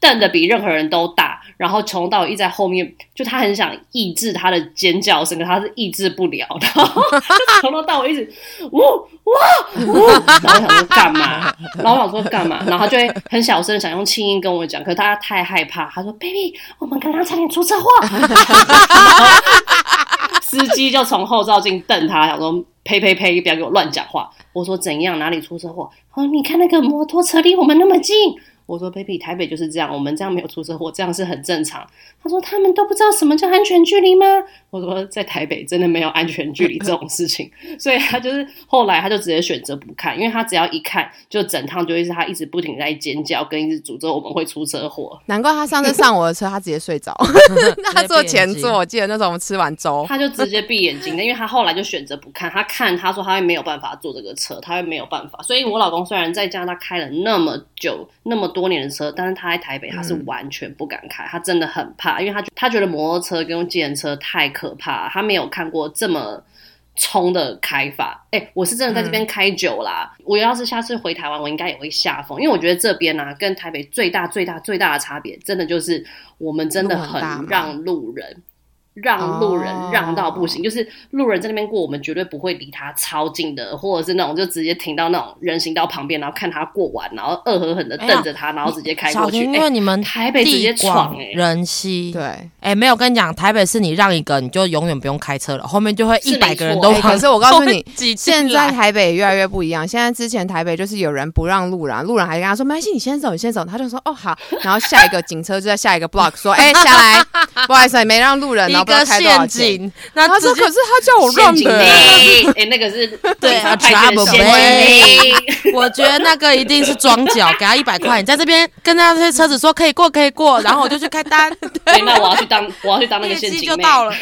S4: 瞪的比任何人都大，然后从头到尾一直在后面，就他很想抑制他的尖叫声，可他是抑制不了，然后 就从头到尾一直呜呜呜，然后我想说干嘛，然后我想说干嘛，然后他就会很小声地想用轻音跟我讲，可是他太害怕，他说 baby，我们刚刚差点出车祸， 司机就从后照镜瞪他，想说呸呸呸，不要给我乱讲话。我说怎样，哪里出车祸？他说你看那个摩托车离我们那么近。我说 baby，台北就是这样，我们这样没有出车祸，这样是很正常。他说他们都不知道什么叫安全距离吗？我说在台北真的没有安全距离这种事情，所以他就是后来他就直接选择不看，因为他只要一看，就整趟就会是他一直不停在尖叫，跟一直诅咒我们会出车祸。
S2: 难怪他上次上我的车，他直接睡 着。那他坐前座，我记得那时候我们吃完粥，
S4: 他就直接闭眼睛的，因为他后来就选择不看。他看，他说他会没有办法坐这个车，他会没有办法。所以我老公虽然在加拿大开了那么久、那么多年的车，但是他在台北他是
S2: 嗯
S4: 完全不敢开，他真的很怕，因为他他觉得摩托车跟计程车太可怕，他没有看过这么。冲的开法，哎、我是真的在这
S2: 嗯
S4: 边开久啦、我要是下次回台湾，我应该也会吓疯，因为我觉得这边啊，跟台北最大、最大、最大的差别，真的就是我们真的
S2: 路很大
S4: 很
S2: 吗
S4: 让路人。让路人
S2: 哦
S4: 让到不行就是路人在那边过，我们绝对不会离他超近的，或者是那种就直接停到那种人行道旁边，然后看他过完，然后恶狠狠的
S3: 哎呀
S4: 瞪着他，然后直接开
S3: 小
S4: 过去。
S3: 婷，因
S4: 哎
S3: 为你们
S4: 台北直接
S3: 地
S4: 闯
S3: 广
S4: 哎、
S3: 人稀，
S2: 对。
S3: 哎，没有跟你讲，台北是你让一个，你就永远不用开车了，后面就会
S4: 是
S3: 一百个人
S4: 没错
S3: 都
S4: 哎
S2: 可是我告诉你，
S3: 挤进
S2: 现在
S3: 来
S2: 台北越来越不一样。现在之前台北就是有人不让路人，路人还跟他说：“没关系，你先走，你先走。”他就说：“哦，好。”然后下一个警车就在下一个 block 说：“哎、下来，不好意思，没让路人，然
S3: 一
S2: 后不知道
S3: 个
S2: 开多少
S3: 陷
S2: 钱。
S3: 阱，”
S2: 然后他
S3: 那
S2: 说：“
S3: 直
S2: 可
S3: 接欸
S2: 是他叫我
S4: 陷
S2: 让
S4: 阱
S2: 的。”欸
S4: 嘞，哎、那个是
S3: 对
S4: 警察
S3: 啊
S4: 派去的
S3: ，trouble
S4: 陷阱嘞。
S3: 我觉得那个一定是装脚，给他一百块，你在这边跟那些车子说可以过可以过，然后我就去开单，
S4: 对，那我要去当，我要去当那个
S3: 业
S4: 陷
S3: 绩
S4: 阱
S3: 就
S4: 妹，
S3: 到了。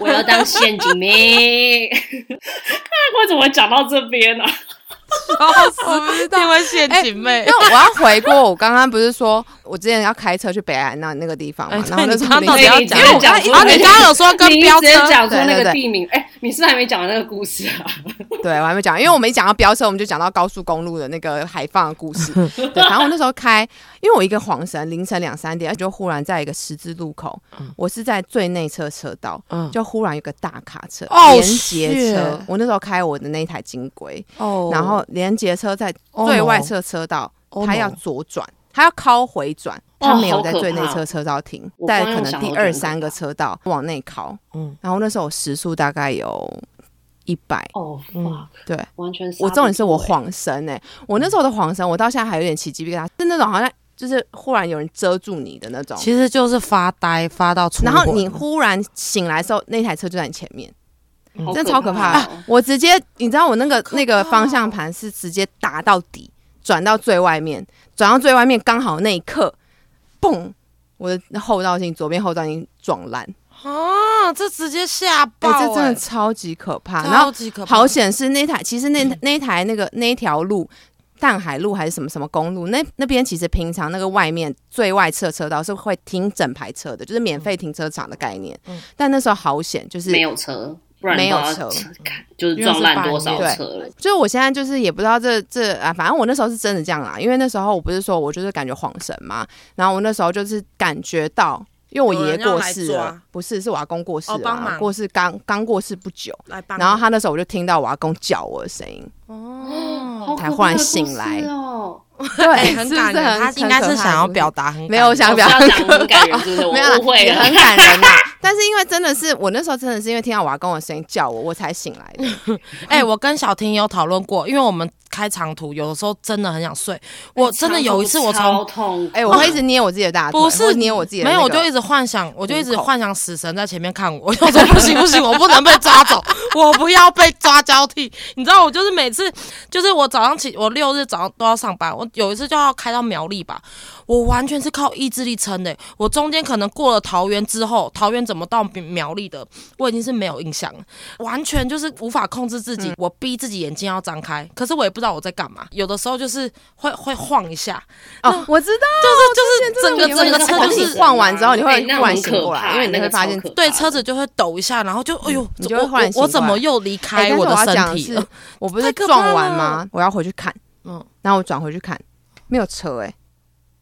S4: 我要当陷阱妹。 看我怎么讲到这边呢、啊？
S3: 笑死，哎你们陷阱妹。
S2: 因为我要回过，我刚刚不是说我之前要开车去北岸那那个地方嘛
S3: 哎，
S2: 然后
S3: 对
S2: 那
S3: 你
S2: 时
S3: 刚
S2: 候
S3: 刚
S2: 林
S3: 到底要
S4: 因
S3: 讲
S4: 为
S3: 什
S4: 我
S3: 么？
S4: 讲出
S3: 啊，你刚刚有说跟
S4: 你
S3: 飙
S4: 直接
S3: 车，
S4: 讲出那
S2: 对
S4: 个
S2: 对对
S4: 地名，哎、你是不是还没讲完那个故事啊？
S2: 对，我还没讲，因为我没讲到飙车，我们就讲到高速公路的那个海放的故 事。对，反正我那时候开，因为我一个晃神，凌晨两三点，就忽然在一个十字路口，我是在最内侧车道，
S3: 嗯
S2: 就忽然有个大卡车
S3: 哦
S2: 连接车
S3: shit，
S2: 我那时候开我的那一台金龟，
S3: 哦
S2: 然后连接车在
S3: 哦
S2: 最
S3: ，no
S2: 外侧车道，
S3: 哦
S2: 它
S3: no
S2: 要左转，它要靠回转，它没有在最内
S4: 好可
S2: 侧
S4: 怕
S2: 车道停
S4: 我，
S2: 在可
S4: 光用
S2: 能
S4: 想
S2: 第
S4: 我就
S2: 二
S4: 很可
S2: 三个车道往内靠。
S3: 嗯
S2: 然后那时候我时速大概有一百，
S4: 哦，哇
S3: 嗯，
S2: 对。
S4: 完全刹不住、
S2: 我重点是我
S3: 欸
S4: 哎
S2: 晃神哎、我那时候的晃神，我到现在还有点起鸡皮疙瘩，是那种好像就是忽然有人遮住你的那种，
S3: 其实就是发呆发到出，
S2: 然后你忽然醒来的时候，那台车就在你前面，
S4: 好
S2: 真的超可怕
S4: 怕
S2: 的、
S4: 哦、
S2: 我直接，你知道我那个
S3: 可怕哦
S2: 那个方向盘是直接打到底，转到最外面，转到最外面刚好那一刻，嘣，我的后照镜左边后照镜撞烂，
S3: 啊，这直接吓
S2: 哎、
S3: 爆，
S2: 这真的
S3: 哎
S2: 超级可怕。然后
S3: 超级可怕，
S2: 好险是那台，其实那
S3: 嗯
S2: 那一台那个那一条路，淡海路还是什么什么公路，那那边其实平常那个外面最外侧车道是会停整排车的，就是免费停车场的概念。
S3: 嗯
S2: 但那时候好险，就是
S4: 没有车，不然
S2: 没有
S4: 不知道
S2: 车
S4: 看就是撞烂多少车了。
S2: 就是我现在就是也不知道这这啊，反正我那时候是真的这样啦，因为那时候我不是说我就是感觉晃神嘛，然后我那时候就是感觉到。因为我爷爷
S3: 有人要
S2: 过
S3: 来
S2: 世
S3: 抓
S2: 了，不是是我阿公过世
S3: 哦
S2: 了
S3: 帮
S2: 嘛，
S3: 忙
S2: 过世刚刚过世不久，
S3: 来帮
S2: 然后他那时候我就听到我阿公叫我的声音，
S3: 哦，
S2: 才忽然醒来
S4: 好可怕的故事哦。
S2: 对，
S3: 哎很
S2: 是不
S3: 感
S2: 是
S3: 人，
S2: 哎很
S3: 他应该
S2: 很可
S3: 是
S2: 怕
S3: 想要
S2: 是不是
S3: 表达很
S2: 没有我想
S4: 我
S2: 表
S4: 是 要讲很感人，是不是？
S2: 没有啦
S4: 我误 会
S2: 也
S4: 了
S2: 很。感人呐、但是因为真的是我那时候真的是因为听到我阿公的声音叫我，我才醒来的。
S3: 哎、我跟小婷有讨论过，因为我们开长途，有的时候真的很想睡。我真的有一次，我
S4: 超
S3: 从
S4: 痛，
S2: 哎、我会一直捏我自己的大腿，
S3: 不是
S2: 或捏我自己的、
S3: 没
S2: 那
S3: 有，我就
S2: 个
S3: 一直幻想，我就一直
S2: 虎口
S3: 幻想死神在前面看我。我 就说不行不行，我不能被抓走，我不要被抓交替。你知道，我就是每次，就是我早上起，我六日早上都要上班，我有一次就要开到苗栗吧，我完全是靠意志力撑的、我中间可能过了桃园之后，桃园怎么到苗栗的，我已
S2: 嗯
S3: 经是没有印象了，完全就是无法控制自己。我逼自己眼睛要张开，可是我也不知道。道我在干嘛。有的时候就是会会晃一下，
S2: 哦，我知道，
S3: 就是就是整个
S2: 之前
S3: 整
S2: 真的有
S3: 个
S2: 那
S3: 车
S2: 晃
S3: 就
S2: 你
S3: 是
S2: 晃完之后你会
S4: 哎那
S2: 忽然
S4: 很
S2: 醒
S4: 可
S2: 过来
S4: 怕
S2: 因为你
S4: 那
S2: 会
S4: 个
S2: 发
S4: 超
S2: 现
S4: 可
S3: 对
S4: 怕
S3: 车
S4: 的
S3: 子就会抖一下，然后就哎呦，
S2: 嗯你就
S3: 这
S2: 会
S3: 我
S2: 忽然
S3: 我我
S2: 醒
S3: 怎
S2: 过
S3: 么
S2: 来
S3: 又离
S2: 哎
S3: 开
S2: 但是
S3: 我的
S2: 要讲
S3: 身
S2: 的
S3: 体
S2: 是
S3: 了？
S2: 我不
S3: 太
S2: 是
S3: 可
S2: 撞
S3: 怕
S2: 完
S3: 了
S2: 吗？我要回去看，
S3: 嗯，
S2: 然后我转回去看，没有车哎、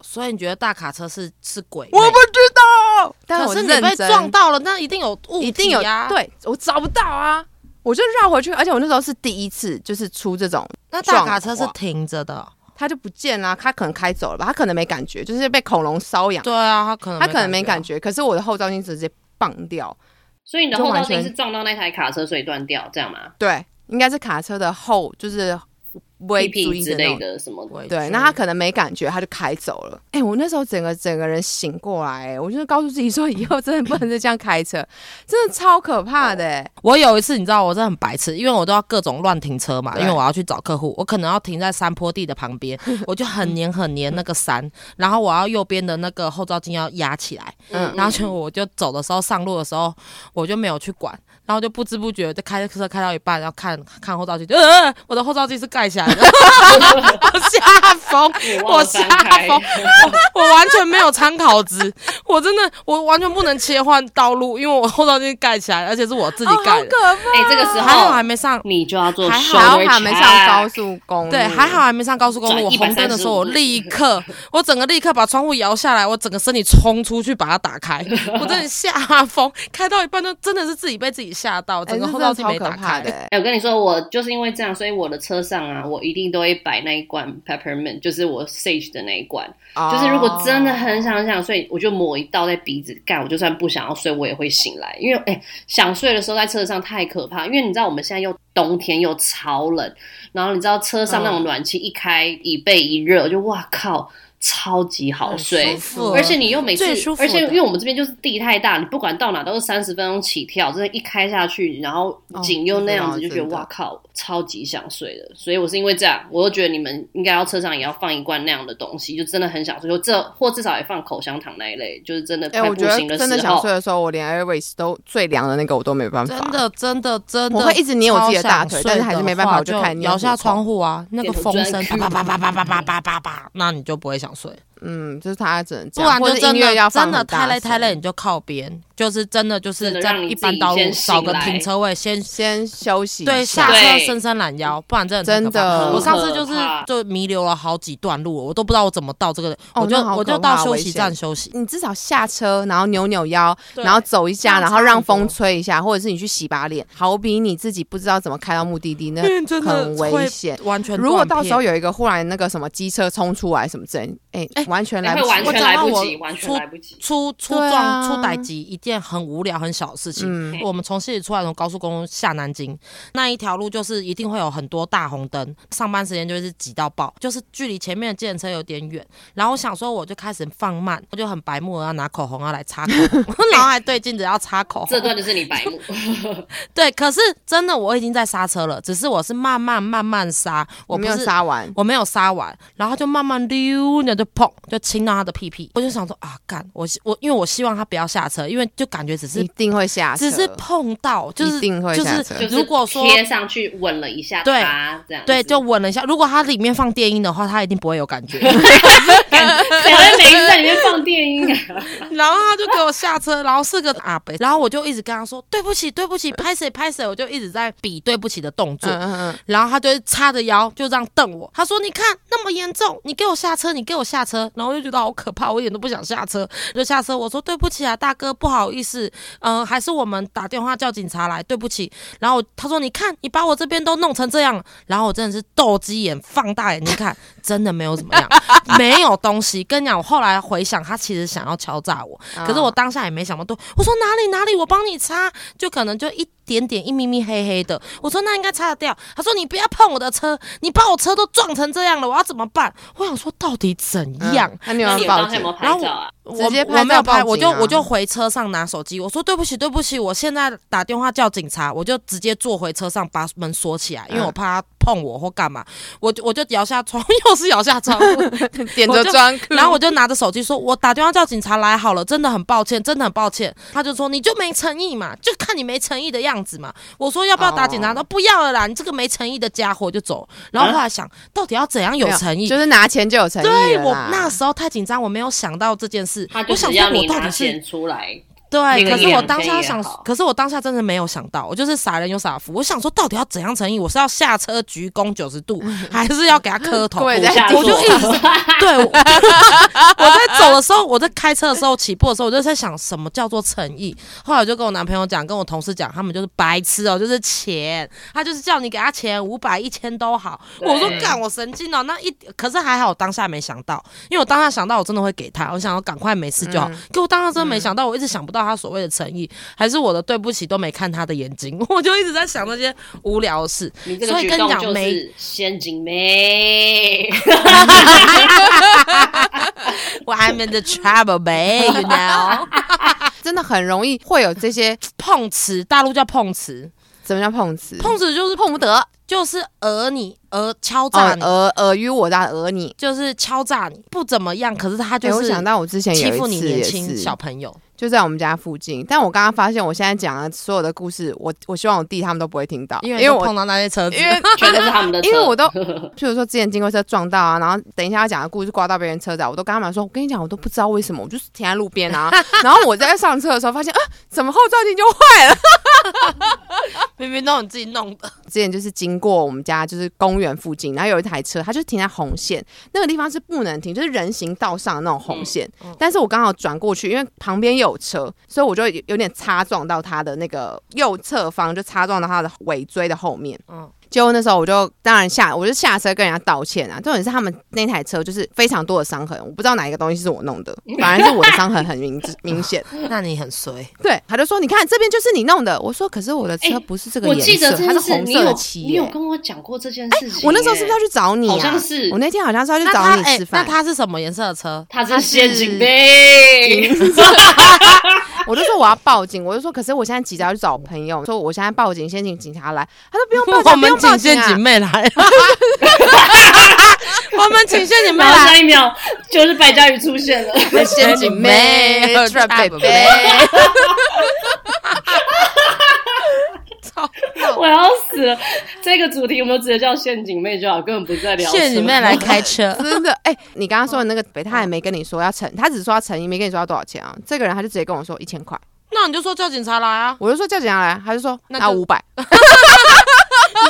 S3: 所以你觉得大卡车是是鬼魅？
S2: 我不知道，但
S3: 可
S2: 我
S3: 是你
S2: 认
S3: 被
S2: 真
S3: 撞到了，那一定有物、啊、
S2: 一定有，对我找不到啊，我就绕回去，而且我那时候是第一次，就是出这种，
S3: 那
S2: 撞
S3: 大卡车是
S2: 哇
S3: 停着的，
S2: 他就不见啦、他可能开走了吧，他可能没感觉，就是被恐龙瘙痒，
S3: 对啊，他可能
S2: 他可能没
S3: 觉
S2: 感
S3: 啊。
S2: 觉，可是我的后照镜直接棒掉，
S4: 所以你的
S2: 就
S4: 后
S2: 完
S4: 照镜
S2: 全
S4: 是撞到那台卡车，所以断掉，这样吗？
S2: 对，应该是卡车的后，就是不会
S4: 屁
S2: 注
S4: 屁
S2: 意
S4: 之
S2: 的那
S4: 类
S2: 种。
S4: 的什么的？
S3: 委
S2: 对，
S3: 屈
S2: 那他可能没感觉，他就开走了。哎、我那时候整个整个人醒过来、哎我就是告诉自己说，以后真的不能再这样开车， 真的超可怕的、哎
S3: 我有一次，你知道我真的很白痴，因为我都要各种乱停车嘛，
S2: 对
S3: 因为我要去找客户，我可能要停在山坡地的 旁边，我就很黏很黏那个山，然后我要右边的那个后照镜要压起来，
S2: 嗯
S3: 然后就我就走的时候上路的时候，我就没有去管，然后就不知不觉就开车开到一半，然后看看后照镜，就呃，我的后照镜是盖起来的， 我吓疯，
S4: 你忘
S3: 我
S4: 了
S3: 吓
S4: 翻开
S3: 疯，我我完全没有参考值，我真的我完全不能切换道路，因为我后照镜盖起来，而且是我自己
S2: 哦，好
S3: 盖的。
S2: 可怕！
S4: 哎、这个时
S3: 还好还
S4: 候
S3: 没上，
S4: 你就要做
S3: 还
S4: s
S3: 好
S2: 还
S4: h o
S2: 好还没上高速公路，
S3: 对，还好还没上高速公路。
S4: 转
S3: 我
S4: 135
S3: 红灯的时候，我立刻，我整个立刻把窗户摇下来，我整个身体冲出去把它打开，我真的吓疯。开到一半就真的是自己被自己吓到，
S2: 哎，
S3: 整个
S2: 这
S3: 后
S2: 真的
S3: 照镜没
S2: 超可
S3: 打
S2: 怕
S3: 开
S2: 的、。哎
S4: 哎、我跟你说，我就是因为这样，所以我的车上啊，我一定都会摆那一罐 peppermint，就是我 sage 的那一罐。
S2: 哦
S4: 就是如果真的很想想睡，我就抹一道在鼻子干，我就算不想要睡，我也会醒来。因为哎、想睡的时候在车上太可怕，因为你知道我们现在又冬天又超冷，然后你知道车上那
S3: 嗯
S4: 种暖气一开，椅背一热，就哇靠，超级好睡
S3: 很舒。服
S4: 而且你又每次
S3: 最舒，服的
S4: 而且因为我们这边就是地太大，你不管到哪都是三十分钟起跳，真的，一开下去，然后景又那样子，
S2: 哦
S4: 就觉得
S2: 真的
S4: 哇靠，超级想睡的。所以我是因为这样，我又觉得你们应该要车上也要放一罐那样的东西，就真的很想睡，就这或至少也放口香糖那一类，就是真的
S2: 哎、
S4: 快
S2: 我
S4: 不
S2: 觉
S4: 行
S2: 得
S4: 时
S2: 真的想
S4: 候
S2: 睡。的时候，我连 Airways 都最凉的那个我都没办法，
S3: 真的，真的，真的，
S2: 我会一直捏我自己的大腿
S3: 超想睡
S2: 但是还是没办法
S3: 话
S2: 我就
S3: 就
S2: 看你有
S3: 摇下
S2: 虎口
S3: 窗户啊，那个风声
S4: 点头
S3: 叭
S4: 转
S3: 叭叭叭叭叭叭叭叭，那你就不会想睡。
S2: 嗯，就是他只能这
S3: 不
S2: 样，
S3: 然
S2: 或
S3: 就
S2: 者
S3: 真
S2: 音乐要
S3: 的
S2: 放
S3: 真
S2: 很
S3: 的
S2: 大
S3: 太累
S2: 声
S3: 太累，，你就靠边，就是真的就是
S4: 真的
S3: 在
S4: 让你
S3: 一
S4: 自
S3: 般
S4: 己
S3: 道路
S4: 先
S3: 找
S4: 醒
S3: 个
S4: 来
S3: 停车位，先
S2: 先休息一
S3: 对下
S4: 对
S3: 车伸伸懒腰，不然真的很
S2: 真
S3: 可怕
S2: 的
S3: 我上次就是
S4: 很可怕
S3: 就弥留了好几段路，我都不知道我怎么到这个，
S2: 哦
S3: 我就
S2: 那好
S3: 我就
S2: 可怕
S3: 到休
S2: 危
S3: 息
S2: 险
S3: 站休息。
S2: 你至少下车，然后扭扭腰，
S3: 对
S2: 然后走一下，
S3: 这样
S2: 然
S3: 差
S2: 后让
S3: 很多
S2: 风吹一下，或者是你去洗把脸，好比你自己不知道怎么开到目的 地，那
S3: 嗯真的
S2: 很危
S3: 会
S2: 险。
S3: 完全
S2: 如果
S3: 断
S2: 到时
S3: 片
S2: 候有一个忽然那个什么机车冲出来什么之类，哎、
S3: 哎
S2: 完全
S4: 你
S2: 来
S4: 会
S2: 不及。
S4: 完
S3: 我
S4: 全
S3: 讲
S4: 来
S3: 到
S4: 不
S3: 我
S4: 及，完全
S3: 出
S4: 来不及。
S3: 出出
S2: 对
S3: 撞、
S2: 啊
S3: 出歹疾一件很无聊很小的事情。
S2: 嗯
S3: 我们从西里出来，从高速公路下南京那一条路，就是一定会有很多大红灯，上班时间就是挤到爆，就是距离前面的计程车有点远。然后我想说，我就开始放慢，我就很白目，要拿口红要来擦口 红，然后还对镜子要擦口
S4: 这
S3: 红。
S4: 段就是你白目，
S3: 对，可是真的我已经在刹车了，只是我是慢慢慢慢刹，我
S2: 我
S3: 不
S2: 没有
S3: 是
S2: 杀完，
S3: 我没有杀完，然后就慢慢溜，那就砰，就亲到啊他的屁屁。我就想说啊，干，我希我因为我希望他不要下车，因为就感觉只
S2: 一
S3: 是
S2: 定会下车。
S3: 只是碰到，就是
S2: 一定会
S3: 就
S2: 下
S3: 是
S2: 车
S4: 就是
S3: 如果说
S4: 贴上去吻了一下
S3: 对
S4: 他，这样子
S3: 对，就吻了一下。如果他里面放电音的话，他一定不会有感 觉。
S4: 谁会每次在里面放电音啊？
S3: 然后他就给我下车，然后是个阿北，然后我就一直跟他说对不起，对不起，拍谁拍谁，我就一直在比对不起的动作。
S2: 嗯嗯嗯，
S3: 然后他就叉着腰就这样瞪我，他说：“你看那么严重，你给我下车，你给我下车。”然后我就觉得好可怕，我一点都不想下车，我就下车。我说：“对不起啊，大哥，不好意思，嗯、还是我们打电话叫警察来，对不起。”然后他说：“你看，你把我这边都弄成这样。”然后我真的是斗鸡眼，放大眼睛看，真的没有怎么样，没有东西。跟你讲，我后来回想，他其实想要敲诈我，可是我当下也没想到多，我说哪里哪里，我帮你擦，就可能就一点点一咪咪黑黑的。我说那应该擦得掉。他说你不要碰我的车，你把我车都撞成这样了，我要怎么办？我想说到底怎样？
S2: 嗯那你有
S4: 那
S2: 人
S4: 你
S2: 报
S4: 当下
S2: 警
S4: 有没有？拍
S3: 然后
S4: 照啊？
S3: 我
S2: 直接拍
S3: 我没有
S2: 照报
S3: 拍，我就
S2: 警啊
S3: 我就回车上拿手机，我说对不起对不起，我现在打电话叫警察，我就直接坐回车上把门锁起来，因为
S2: 嗯
S3: 我怕他碰我或干嘛，我就我就摇下窗， 又是摇下 窗户，
S2: 点着装酷，
S3: 然后我就拿着手机说：“我打电话叫警察来好了，真的很抱歉，真的很抱歉。”他就说：“你就没诚意嘛，就看你没诚意的样子嘛。”我说：“要不要打警察？”
S2: 哦啊
S3: 他说：“不要了啦，你这个没诚意的家伙。”就走。然后后来想，到底要怎样有
S2: 没
S3: 诚意？
S2: 就是拿钱就有诚意
S3: 对
S2: 了
S3: 我
S2: 啦
S3: 那时候太紧张，我没有想到这件事
S4: 他。就
S3: 我想
S4: 只
S3: 说
S4: 要，你
S3: 我到
S4: 拿
S3: 底是
S4: 钱出来，
S3: 对，
S4: 那个
S3: 可是
S4: 一
S3: 我
S4: 两
S3: 当
S4: 千
S3: 下
S4: 也
S3: 想
S4: 好，
S3: 可是我当下真的没有想到，我就是傻人有傻福。我想说，到底要怎样诚意？我是要下车鞠躬九十 度，还是要给他磕头？
S2: 跪
S3: 我
S2: 在
S4: 下
S3: 我就
S4: 坐
S3: 一直对，我我在走的时 候，我在开车的时候，起步的时候，我就在想什么叫做诚意。后来我就跟我男朋友讲，跟我同事讲，他们就是白痴哦，就是钱，他就是叫你给他钱，五百、一千都好。
S4: 对
S3: 我说干，我神经哦，那一可是还好，我当下没想到，因为我当下想到我真的会给他，我想要赶快没事就
S4: 嗯
S3: 好。可我当下真的没想到，我一直想不到他所谓的诚意，还是我的对不起都没看他的眼睛， 我就一直在想那些无聊的事。
S4: 你这
S3: 所
S4: 个
S3: 以
S4: 举
S3: 跟你
S4: 动
S3: 讲
S4: 就
S3: 没
S4: 是陷阱妹。
S3: 我 I'm in the trouble, babe, you know 。
S2: 真的很容易会有这些
S3: 碰瓷，大陆叫碰瓷，
S2: 怎么叫碰瓷？
S3: 碰瓷就是碰不得，就是讹你，讹敲
S2: 哦
S3: 诈你，
S2: 尔尔虞我诈，尔你。
S3: 就是敲诈你，不怎么样，可是他
S2: 哎、
S3: 就
S2: 我
S3: 是
S2: 想到我之前
S3: 欺
S2: 有
S3: 负
S2: 一
S3: 你
S2: 次
S3: 年
S2: 也
S3: 轻
S2: 是，啊
S3: 小朋友。
S2: 就在我们家附近。但我刚刚发现，我现在讲的所有的故事，我我希望我弟他们都不会听到，因
S3: 因为
S2: 我
S3: 碰到那些车子，
S2: 因为
S4: 全都是他们的车，
S2: 因为我都，譬如说之前经过车撞到啊，然后等一下要讲的故事刮到别人车子啊，我都跟他们说，我跟你讲，我都不知道为什么，我就是停在路边啊， 然后我在上车的时候发现，啊，怎么后照镜就坏了？
S3: 明明都是你自己弄 的，
S2: 之前就是经过我们家就是公园附近，然后有一台车，它就停在红线，那个地方是不能停，就是人行道上的那种红线，
S4: 嗯
S2: 但是我刚好转过去，因为旁边有车，所以我就有有点擦撞到它的那个右侧方，就擦撞到它的尾椎的后面，
S3: 嗯，
S2: 结果那时候我就当然下，我就下车跟人家道歉啊。重点是他们那台车就是非常多的伤痕，我不知道哪一个东西是我弄 的，反正是我的伤痕很明明显。
S3: 那你很衰。
S2: 对，他就说你看这边就是你弄的。我说可是我的车
S4: 哎
S2: 不是这个
S4: 我
S2: 颜
S4: 记
S2: 色，
S4: 得这
S2: 它
S4: 件
S2: 是
S4: 事，
S2: 红
S4: 你
S2: 色的
S4: 有
S2: 漆
S4: 你有
S2: 耶。哎
S4: 跟我讲过这件事情耶，
S2: 我那时候是不是要去找你啊？
S4: 好像是
S2: 我那天好像是要去
S3: 那
S2: 找
S3: 他
S2: 你
S3: 哎
S2: 吃，
S3: 那
S2: 饭，
S3: 他是什么颜色的车？
S4: 他
S2: 他
S4: 是
S2: 是
S4: 陷阱妹，
S3: 哎
S2: 我就说我要报警，我就说可是我现在急着要去找我朋友，说我现在报警先请警察来。他说不用报警，
S3: 我
S2: 不
S3: 们
S2: 用报警
S3: 请陷
S2: 啊
S3: 阱。 妹来， 我们请陷阱妹
S4: 然后
S3: 来，
S4: 下，一秒就是白嘉宇 出现了，
S2: 陷阱妹 t r a p
S3: 妹
S2: b a，
S4: 我要死了。这个主题我们直接叫陷阱妹就好，根本不 在聊
S3: 陷阱妹来开车
S2: 真的，哎、你刚刚说的那个北，他也没跟你说要乘，他只说要乘一，没跟你说要多少钱啊。这个人他就直接跟我说一千块，
S3: 那你就说叫警察来啊，
S2: 我就说叫警察来，他就说
S3: 那
S2: 那
S3: 就
S2: 五百，
S3: 你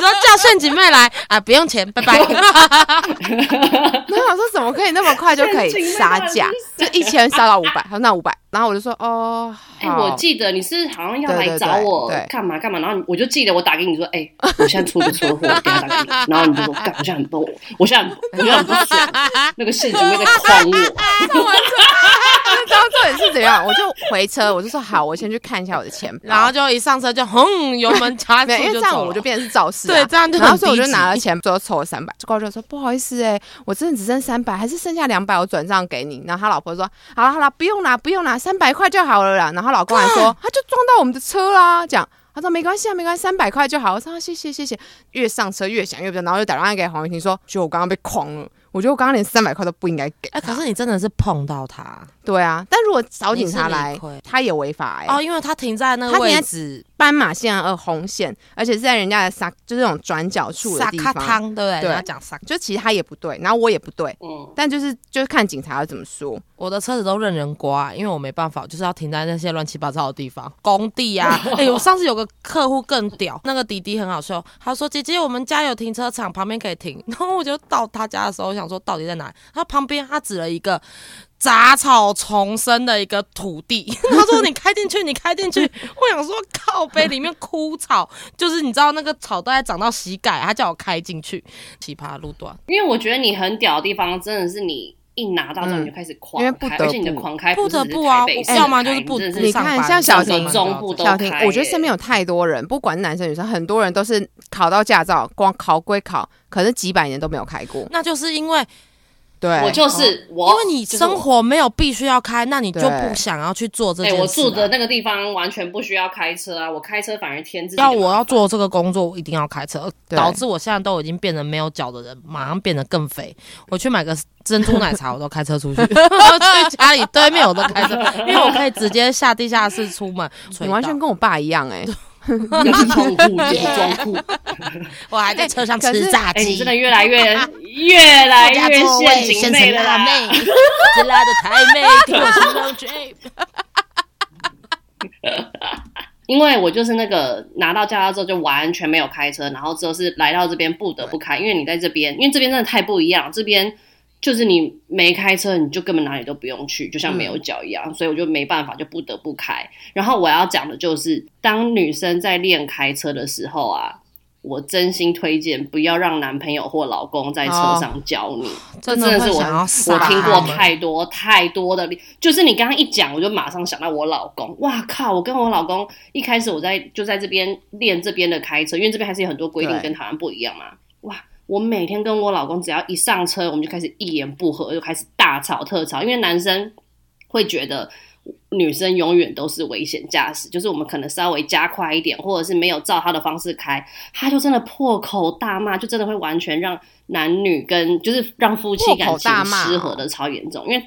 S3: 说叫陷阱妹来啊，不用钱，拜 拜。
S2: 然后我说怎么可以那么快就 可
S4: 神
S2: 以
S4: 经
S2: 杀
S4: 病
S2: 价，就一千杀到五百，他说那五百，然后我就说哦，
S4: 哎、
S2: 好
S4: 我记得你是好像要
S2: 对
S4: 来
S2: 对
S4: 找
S2: 对
S4: 我
S2: 对
S4: 干嘛干嘛，然后你我就记得我打给你说，哎、我现在出不出货，我等一下打给你， 然后你就说，干，我现在很不，我现在很我现在很不爽，那个陷阱妹在诓我，
S2: 然后重点是怎样，我就回车，我就说好，我先去看一下我的钱包，
S3: 然后就一上车就轰油门加速
S2: 没有，因为
S3: 就
S2: 这
S3: 走
S2: 样
S3: 了
S2: 我就变成是肇事、啊，
S3: 对这样就很
S2: 然后所以我就
S3: 低级
S2: 拿了钱，最后凑了三百。高就说不好意思哎、我真的只剩三百，还是剩下两百，我转账给你。然后他老婆说好了好了，不用啦不用啦，三百块就好了啦。然后老公还
S3: 啊
S2: 说他就撞到我们的车啦，讲。他说没关系啊，没关系，三百块就好。我说啊谢谢谢谢，越上车越想越不对，然后就打电话给黄雨婷说，觉得我刚刚被诓了，我觉得我刚刚连三百块都不应该给。
S3: 哎、可是你真的是碰到他
S2: 对啊，但如果找警察
S3: 你
S2: 来
S3: 是理亏，
S2: 他也违法哎、
S3: 哦，因为他停在那个
S2: 他停在
S3: 位置，
S2: 斑马线啊二红线，而且是在人家的撒，就是那种转角处的
S3: 撒
S2: 地
S3: 卡
S2: 方。
S3: 汤，对不对？
S2: 对
S3: 人家讲撒，
S2: 就其实他也不对，然后我也不对，
S4: 嗯，
S2: 但就是就是看警察要怎么说。
S3: 我的车子都任人刮，因为我没办法，就是要停在那些乱七八糟的地方，工地啊。 哎、我上次有个客户更屌，那个弟弟很好笑，他说：“姐姐，我们家有停车场，旁边可以停。” 然后我就到他家的时候，我想说到底在哪里？他旁边他指了一个杂草丛生的一个土地， 他说：“你开进去，你开进去。” 我想说靠背里面枯草，就是你知道那个草都在长到膝盖，他叫我开进去，奇葩路段。
S4: 因为我觉得你很屌的地方，真的是你一拿到之后你就开始狂
S2: 因
S4: 开，
S2: 为不得
S4: 而且你的
S2: 不
S4: 狂开
S3: 不
S4: 是
S3: 得
S4: 只是
S3: 不啊
S4: 台北市
S3: 我要么
S4: 开
S3: 就是不
S4: 真的
S2: 你
S4: 是
S3: 上
S2: 看，
S3: 班
S2: 像小
S4: 上
S2: 婷
S4: 班中部都
S2: 小婷
S4: 开，欸
S2: 我觉得身边有太多人，不管男生女生，很多人都是考到驾照，光考归考，可是几百年都没有开过。
S3: 那就是因为
S2: 对，
S4: 我就是我，
S3: 因为你
S4: 就是
S3: 生
S4: 我
S3: 活没有必须要开，那你就
S2: 对
S3: 不想要去做这
S4: 哎、
S3: 件事、啊。
S4: 我住的那个地方完全不需要开车啊，我开车反而添自己的
S3: 要
S4: 麻
S3: 我
S4: 烦
S3: 要做这个工作，我一定要开车，
S2: 对
S3: 导致我现在都已经变成没有脚的人，马上变得更 肥。我去买个珍珠奶茶，我都开车出去；我去家里对面我都开车， 因为我可以直接下地下室出门。
S2: 你完全
S3: 垂
S2: 跟我爸一样哎、
S4: 又是装酷又是装酷，
S3: 到我还在车上
S2: 哎可
S3: 吃
S2: 是
S3: 炸
S4: 哎、你
S3: 鸡
S4: 真，的越来越越来越陷阱妹了啦！
S3: 直拉的太妹，给我心 中追。
S4: 因为我就是那个拿到驾照之后就完全没有开车，然后之后是来到这边不得不开，因为你在这边，因为这边真的太不一样，这边就是你没开车，你就根本哪里都不用去，就像
S3: 嗯
S4: 没有脚一样，所以我就没办法，就不得不开。然后我要讲的就是，当女生在练开车的时候啊。我真心推荐不要让男朋友或老公在车上教你，这
S3: 哦真
S4: 真的
S3: 的
S4: 是
S3: 会
S4: 我
S2: 哦
S3: 想要
S4: 我
S3: 杀
S4: 听
S3: 他
S4: 过
S3: 们
S4: 太多太多的例，就是你刚刚一讲，我就马上想到我老公。哇靠！我跟我老公一开始我在就在这边练这边的开车，因为这边还是有很多规定
S2: 对
S4: 跟台湾不一样嘛。哇！我每天跟我老公只要一上车，我们就开始一言不合就开始大吵特吵，因为男生会觉得女生永远都是危险驾驶，就是我们可能稍微加快一点，或者是没有照他的方式开，他就真的破口大骂，就真的会完全让男女跟就是让夫妻感
S2: 破口
S4: 情
S2: 大骂哦
S4: 失和的超严重，因为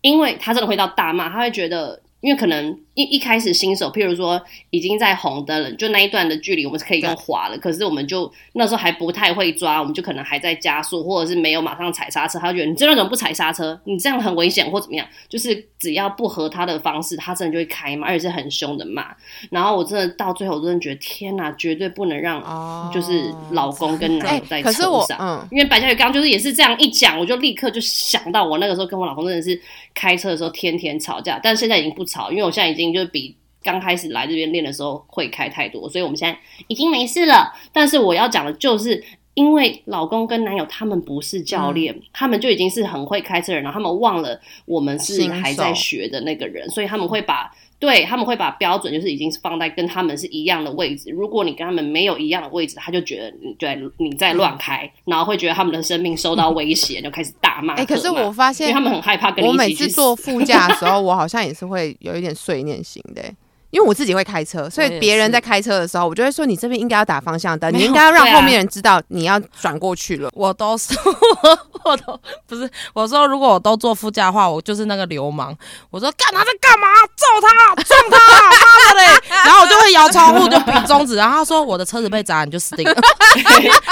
S4: 因为他真的会到大骂，他会觉得。因为可能一一开始新手，譬如说已经在红灯了，就那一段的距离我们是可以用滑了，可是我们就那时候还不太会抓，我们就可能还在加速，或者是没有马上踩刹车，他就觉得你这种人不踩刹车，你这样很危险或怎么样，就是只要不合他的方式，他真的就会开骂，而且是很凶的骂。然后我真的到最后，我真的觉得天哪，绝对不能让
S2: 哦
S4: 就是老公跟男
S2: 哎、
S4: 友在车
S2: 可是我
S4: 上。
S2: 嗯，
S4: 因为白嘉宇刚刚就是也是这样一讲，我就立刻就想到我那个时候跟我老公真的是开车的时候天天吵架，但是现在已经不吵，因为我现在已经就是比刚开始来这边练的时候会开太多，所以我们现在已经没事了。但是我要讲的就是。因为老公跟男友他们不是教练，他们就已经是很会开车的人，然后他们忘了我们是
S2: 新手
S4: 还在学的那个人，所以他们会把对他们会把标准就是已经是放在跟他们是一样的位置。如果你跟他们没有一样的位置，他就觉得你在你在
S2: 嗯
S4: 乱开，然后会觉得他们的生命受到威胁，就开始大骂。
S2: 哎、可是
S4: 喝骂
S2: 我发
S4: 因为
S2: 现
S4: 他们很害怕跟你
S2: 我
S4: 一
S2: 每
S4: 起去
S2: 次
S4: 死
S2: 坐副驾的时候，我好像也是会有一点碎念型的、因为我自己会开车，所
S3: 我
S2: 以
S3: 也
S2: 别人
S3: 是
S2: 在开车的时候，我就会说你这边应该要打方向灯，
S3: 没
S2: 你
S3: 有
S2: 应该要让
S4: 对啊
S2: 后面人知道你要转过去了。
S3: 我都是，我都不是。我说，如果我都坐副驾的话，我就是那个流氓。我说，干他在干嘛？揍他，撞他，妈的嘞！然后我就会摇窗户，就比中指。然后他说，我的车子被砸，你就死定了。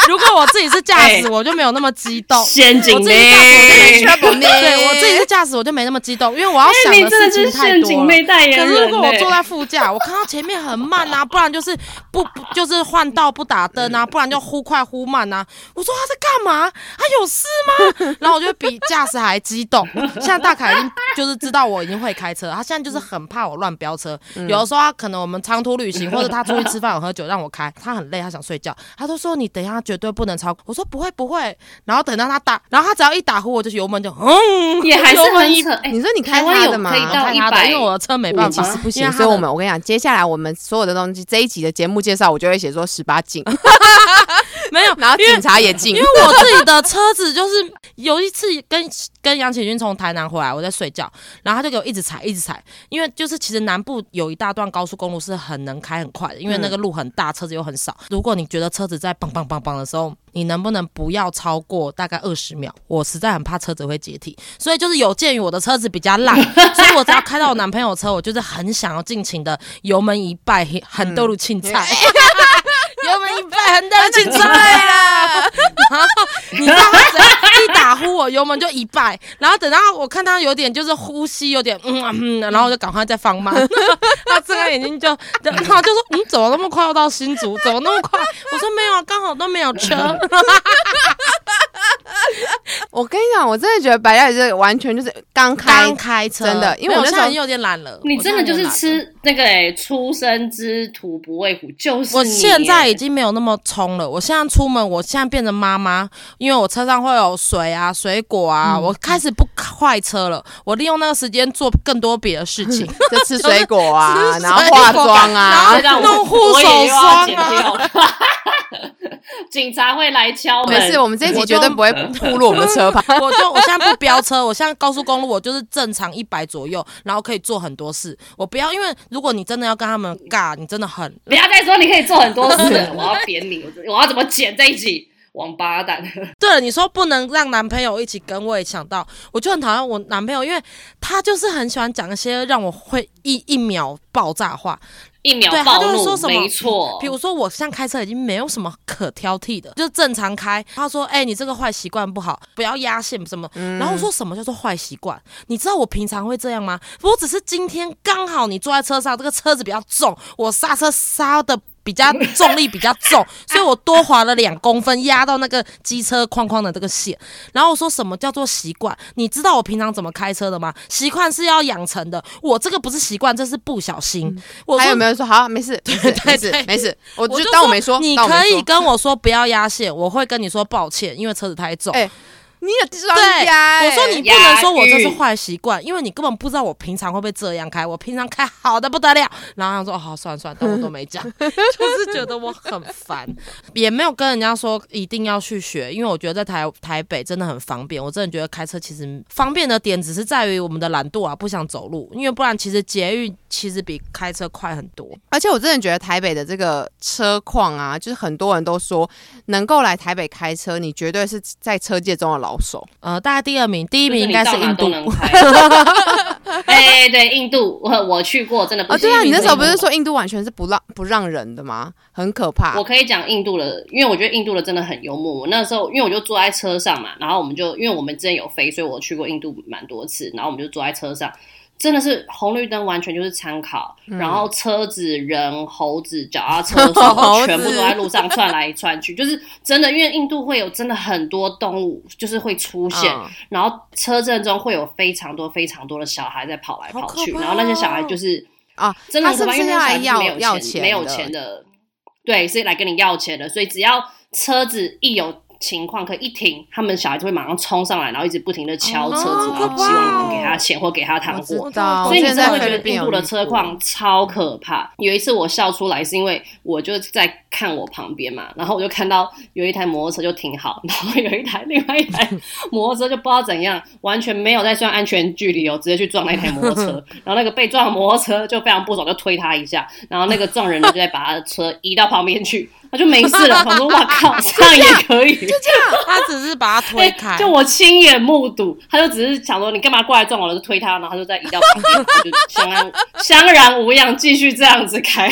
S3: 如果我自己是驾驶，
S4: 哎
S3: 我就没有那么激动。
S4: 陷阱欸
S3: 我自己驾驶
S4: 妹，
S2: Trouble 妹
S3: 对我自己是驾驶，我就没那么激动，因为我要想
S4: 哎你
S3: 的
S4: 真的
S3: 事
S4: 是
S3: 情太
S4: 陷
S3: 多
S4: 阱
S3: 了。
S4: 妹代言
S3: 可
S4: 人、
S3: 是如果我
S4: 欸
S3: 坐在副驾，我看到前面很慢啊，不然就是不不就是换道不打灯啊，不然就忽快忽慢啊。我说他在干嘛？他有事吗？ 然后我就比驾驶还激动。现在大凯已经就是知道我已经会开车，他现在就是很怕我乱飙车。
S4: 嗯
S3: 有的时候他可能我们长途旅行或者他出去吃饭有喝酒让我开，他很累，他想睡觉，他都说你等一下绝对不能超过。我说不会不会，然后等到他打，然后他只要一打呼，我就油门就嗯，
S4: 也还是
S3: 油门
S4: 很
S3: 一
S4: 扯。哎、
S2: 你说你开
S4: 台湾
S2: 他
S4: 有
S2: 的啊吗
S4: 可以
S3: 我
S4: 到
S3: 看他的
S4: 100
S3: 因为我的车没办
S4: 五
S3: 法，
S4: 吗
S2: 是不
S3: 因
S2: 行，
S3: 为他
S2: 所以我
S3: 的
S2: 们我跟你讲，接下来我们所有的东西，这一集的节目介绍我就会写说十八禁，
S3: 没有，
S2: 然后警察也禁
S3: 因，为我自己的车子就是有一次跟 跟杨启军从台南回来，我在睡觉，然后他就给我一直踩一直踩，因为就是其实南部有一大段高速公路是很能开很快的，因为那个路很大，车子又很少。如果你觉得车子在棒棒棒棒的时候，你能不能不要超过大概二十秒？我实在很怕车子会解体，所以就是有鉴于我的车子比较烂，所以我只要开到我男朋友的车，我就是很想要尽情的油门一拜，很多路青菜，油门一拜，很多路青菜啊！然后你知道他只要一打呼，我油门就一拜，然后等到我看他有点就是呼吸有点嗯啊 嗯啊，然后我就赶快再放慢， 他睁开眼睛就，然后就说嗯，怎么那么快要到新竹？怎么那么快？我说没有，啊，刚好都没有车。
S2: 我跟你讲，我真的觉得白嘉宇是完全就是刚开
S3: 刚，开车，
S2: 真的因为
S3: 没有
S2: 我那
S3: 我
S2: 时
S3: 现
S2: 候
S3: 在有点懒了。
S4: 你
S3: 我
S4: 真的
S3: 现在
S4: 就
S3: 有点
S4: 是
S3: 懒了。
S4: 吃那个哎、出生之徒不畏虎，就是
S3: 我
S4: 你
S3: 现在
S4: 欸
S3: 已经没有那么冲了。我现在出门，我现在变成妈妈，因为我车上会有水啊、水果啊，
S2: 嗯
S3: 我开始不坏车了。我利用那个时间做更多别的事情。
S2: 就吃水果啊，
S3: 吃
S2: 然后
S3: 水果
S2: 化妆
S3: 然
S2: 啊
S3: 后，
S4: 这让我
S3: 弄护手霜啊
S4: 我也又要剪掉 警察会来敲门。
S2: 没事，我们这一集绝对不会暴露我们的车牌。
S3: 我就我现在不飙车，我现在高速公路我就是正常一百左右，然后可以做很多事。我不要，因为如果你真的要跟他们尬，你真的很
S4: 不要再说你可以做很多事 了，我要扁你，我我要怎么剪这一集？王八蛋！
S3: 对了，你说不能让男朋友一起跟，我也想到，我就很讨厌我男朋友，因为他就是很喜欢讲一些让我会一一秒爆炸话。
S4: 一秒
S3: 对他
S4: 暴
S3: 就会
S4: 怒，
S3: 说什么
S4: 没错
S3: 比。如说我像开车已经没有什么可挑剔的，就正常开。他说：“哎、你这个坏习惯不好，不要压线什么。
S2: 嗯
S3: 然后我说什么叫做坏习惯？你知道我平常会这样吗？我只是今天刚好你坐在车上，这个车子比较重，我刹车刹的。比较重力比较 重，所以我多滑了两公分，压到那个机车框框的这个线。然后我说什么叫做习惯？你知道我平常怎么开车的吗？习惯是要养成的，我这个不是习惯，这是不小心。我
S2: 嗯还
S3: 说
S2: 有没有说好？没事，没事，没
S3: 对
S2: 事
S3: 对，
S2: 没事，我就
S3: 就
S2: 当我
S3: 说
S2: 没说。
S3: 你
S2: 当我没
S3: 可以
S2: 说
S3: 跟我说不要压线，我会跟你说抱歉，因为车子太重。
S2: 哎、你也知道人
S3: 对，
S2: 家、哎欸
S3: 我说你不
S4: 押
S3: 能说我这是
S4: 韵
S3: 坏习惯，因为你根本不知道我平常会不会这样开，我平常开好的不得了。然后他说：“哦，好算了算了，当我都没 讲。”就是觉得我很烦，也没有跟人家说一定要去学，因为我觉得在台台北真的很方便。我真的觉得开车其实方便的点只是在于我们的懒惰啊，不想走路，因为不然其实捷运其实比开车快很多。
S2: 而且我真的觉得台北的这个车况啊，就是很多人都说，能够来台北开车，你绝对是在车界中的老手。
S3: 呃，大概第二名，第一
S4: 就
S3: 名
S4: 是
S3: 应
S4: 你
S3: 该
S4: 到
S3: 是
S4: 哪
S3: 印
S4: 都
S3: 度。
S4: 能开。 哎、对，印度我我去过，真的不
S2: 啊，
S4: 是
S3: 哦
S2: 对啊，你
S4: 因为
S2: 那时候不是
S4: 印度
S2: 说印度完全是不让不让人的吗？很可怕
S4: 我。可以讲印度的，因为我觉得印度的真的很幽默。我那时候因为我就坐在车上嘛，然后我们就因为我们之前有飞，所以我去过印度蛮多次，然后我们就坐在车上，真的是红绿灯完全就是参考，
S2: 嗯
S4: 然后车子、人、猴子、脚 踏车什
S2: 猴
S4: 么
S2: 子
S4: 全部都在路上窜来窜 去，就是真的，因为印度会有真的很多动物就是会出现，
S2: 嗯
S4: 然后车阵中会有非常多非常多的小孩在跑来跑去，
S3: 好可怕哦
S4: 然后那些小孩就是。
S2: 啊，
S4: 真的
S2: 他是不
S4: 很可
S2: 是
S4: 怕因为
S2: 要来
S4: 那小孩
S2: 要
S4: 是
S2: 要
S4: 没有
S2: 钱？
S4: 没有钱。的，对，是来跟你要钱的。所以只要车子一有情况，可一停，他们小孩就会马上冲上来，然后一直不停的敲车子，
S3: 哦
S4: 然
S3: 好
S4: 后
S3: 可怕
S4: 希望
S3: 哦
S4: 你给他钱或给他糖
S2: 我知
S4: 果。
S2: 道，
S4: 所
S2: 我
S4: 以你
S2: 之前
S4: 真的
S2: 哦在
S4: 会觉
S2: 菲律
S4: 得
S2: 宾
S4: 印度
S2: 有
S4: 的
S2: 遇
S4: 车
S2: 过
S4: 况超可怕。有一次我笑出来，是因为我就在看我旁边嘛，然后我就看到有一台摩托车就停好，然后有一台另外一 台摩托车就不知道怎样，完全没有在算安全距离哦，直接去撞那台摩托车。 然后那个被撞的摩托车就非常不爽，就推他一下，然后那个撞人的就在把他的车移到旁边去，他就没事了。我想说 哇靠，这样也可以，
S3: 他只是把它推
S4: 对，
S3: 开，
S4: 哎 就我亲眼目睹，他就只是想说你干嘛过来撞我，我就推他，然后他就再移到旁边，他就相安相然无恙，继续这样子开。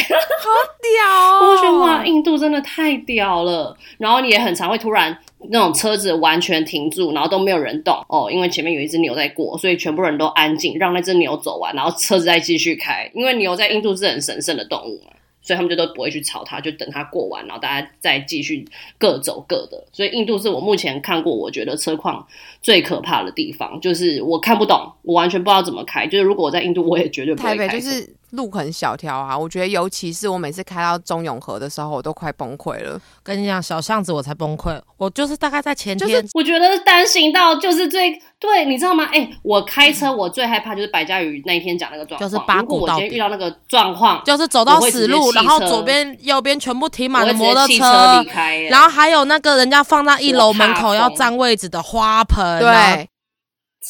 S2: 屌
S4: 我就觉得
S2: 哦
S4: 哇，印度真的太屌了。然后你也很常会突然那种车子完全停住，然后都没有人动哦，因为前面有一只牛在过，所以全部人都安静，让那只牛走完，然后车子再继续开。因为牛在印度是很神圣的动物嘛。所以他们就都不会去吵它，就等它过完，然后大家再继续各走各的。所以印度是我目前看过我觉得车况最可怕的地方，就是我看不懂，我完全不知道怎么开。就是如果我在印度，我也绝对不
S2: 台
S4: 会开
S2: 北就
S4: 车
S2: 是路很小条啊，我觉得尤其是我每次开到中永和的时候，我都快崩溃了。
S3: 跟你讲，小巷子我才崩溃。我就是大概在前
S2: 就
S3: 天，
S2: 是
S4: 我觉得单行道就是最对，你知道吗？哎、我开车我最害怕就是白嘉宇那一天讲那个状况。
S3: 就是八
S4: 如果
S3: 股
S4: 我
S3: 到
S4: 今
S3: 底
S4: 天遇到那个状况，
S3: 就是走到
S4: 我会直接
S3: 死路，
S4: 弃车
S3: 然后左边、右边全部停
S4: 我
S3: 满
S4: 会
S3: 了
S4: 直
S3: 摩托
S4: 接汽车离开、哎
S3: 然后还有那个人家放在一楼门口
S4: 我怕
S3: 要占位置的花盆、啊，
S2: 对，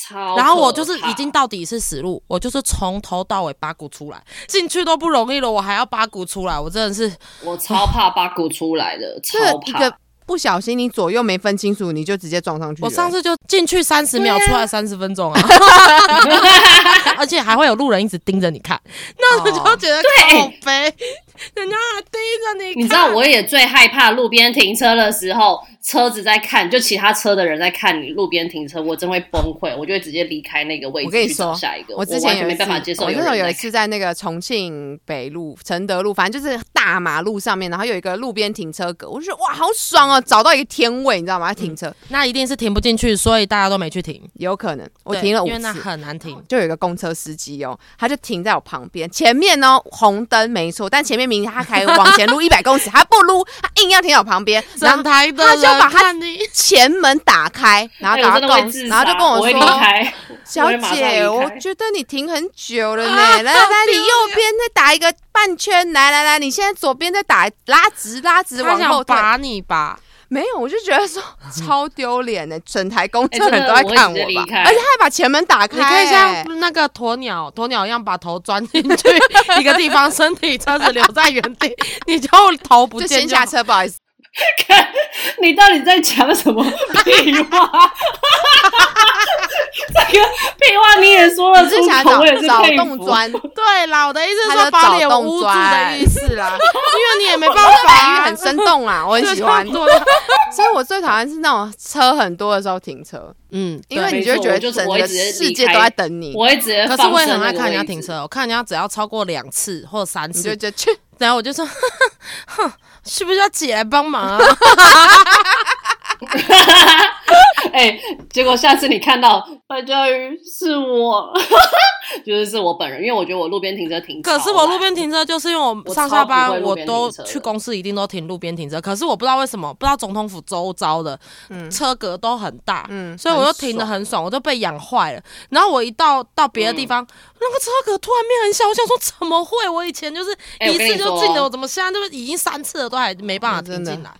S4: 超，
S3: 然后我就是已经。到底是死路，我就是从头到尾八股出来，进去都不容易了，我还要八股出来，我真的是
S4: 我超怕八股出 来的，
S2: 这
S4: 超
S2: 一
S4: 怕。
S2: 个不小心你左右没分清楚，你就直接撞上去了。
S3: 我上次就进去三十秒，
S4: 对啊
S3: 出来三十分钟 啊，而且还会有路人一直盯着你看，那我
S2: 哦
S3: 就觉得
S4: 对
S3: 好悲，人家还盯着你看，
S4: 你知道，我也最害怕路边停车的时候，车子在看，就其他车的人在看你路边停车，我真会崩溃，我就会直接离开那个位置。
S2: 我跟你
S4: 去找
S2: 说
S4: 下一个，
S2: 我
S4: 我
S2: 之
S4: 完
S2: 前
S4: 全
S2: 有
S4: 没
S2: 一次
S4: 办法接，受
S2: 我
S4: 有
S2: 那时候
S4: 人
S2: 有
S4: 在
S2: 一次在那个重庆北路、承德路，反正就是大马路上面，然后有一个路边停车格，我就觉得哇，好爽哦，找到一个天位，你知道吗？停车、
S3: 那一定是停不进去，所以大家都没去停。
S2: 有可能，我
S3: 对
S2: 停了五
S3: 因为那
S2: 次。
S3: 很难停。
S2: 就有一个公车司机哦，他就停在我旁边，前面呢红灯没错，但前面明明他可以往前撸一百公尺，他不撸，他硬要停在我旁边，然
S3: 整
S2: 后
S3: 台的
S2: 他就把他
S3: 人看你
S2: 前门打开，然后
S4: 哎
S2: 赶
S4: 我
S2: 快跟
S4: 真的
S2: 我，
S4: 会自
S2: 然后就
S4: 杀
S2: 跟
S4: 我会离
S2: 说，
S4: 开，
S2: 小
S4: 我会马上
S2: 姐，
S4: 离
S2: 我
S4: 开
S2: 觉得你停很久了呢，
S3: 啊
S2: 来来来，你右边再打一个半圈，来来来，你现在左边再打拉直拉直
S3: 他
S2: 往后
S3: 想
S2: 退，
S3: 把你吧，
S2: 没有，我就觉得说超丢脸 的，整台公车
S4: 哎真的
S2: 人都在看
S4: 我会直接
S2: 我
S4: 离
S2: 吧，
S4: 开
S2: 而且他还把前门打开、
S3: 你可
S2: 哎
S3: 以像那个鸵鸟，鸵鸟一样把头钻进去 一个地方，身体车子留在原地，你就头不
S2: 就
S3: 见
S2: 先
S3: 就好
S2: 下车，不好意思，
S4: 看 你到底在讲什 么屁话？ 这个屁话你也说
S2: 我
S4: 了
S2: 是
S4: 出
S2: 想
S4: 口，我
S2: 找
S4: 也是
S2: 找
S4: 佩
S2: 洞
S4: 服。
S2: 钻，
S3: 对啦，我的意思是
S2: 他
S3: 说
S2: 就
S3: 把脸
S2: 找洞
S3: 捂住的
S2: 钻
S3: 意思 啦，因为你也没办法
S2: 法语
S3: 啊，
S2: 很生动啊，我很喜欢
S3: 对。对对
S2: 所以我最讨厌是那种车很多的时候停车，
S3: 嗯，
S2: 因为
S3: 对
S2: 你就会觉得
S4: 没错我就是
S2: 整
S4: 我会
S2: 个
S4: 直接
S2: 世
S4: 离
S2: 界
S4: 开
S2: 都在等你，
S4: 我会直接
S3: 可
S4: 放
S3: 是
S4: 生
S3: 我也
S4: 那
S3: 很爱
S4: 个
S3: 看人家
S4: 位置
S3: 停，车，我看人家只要超过两次或三
S2: 你就觉
S3: 次，
S2: 得去
S3: 然后我就说， 哼，需不需要姐来帮忙 啊？
S4: 哎、结果下次你看到大家鱼是我， 就是是我本人，因为我觉得我路边停车停超
S3: 可
S4: 晚，
S3: 是我路边停车，就是因为我上下班
S4: 我超不
S3: 我
S4: 会路边
S3: 都
S4: 停车的
S3: 去公司，一定都停路边停车。可是我不知道为什么，不知道总统府周遭的
S4: 嗯
S3: 车格都很大，
S2: 嗯
S3: 所以我就停的
S2: 很
S3: 很爽，我就被养坏了。然后我一到到别的地
S4: 嗯
S3: 方，那个车格突然变很小，我想说怎么会？我以前就是
S4: 哎
S3: 一
S4: 我跟
S3: 次
S4: 你
S3: 就
S4: 说
S3: 进了，我怎么现在都已经三次了，都还没办法
S2: 嗯真
S3: 停
S2: 的
S3: 进来？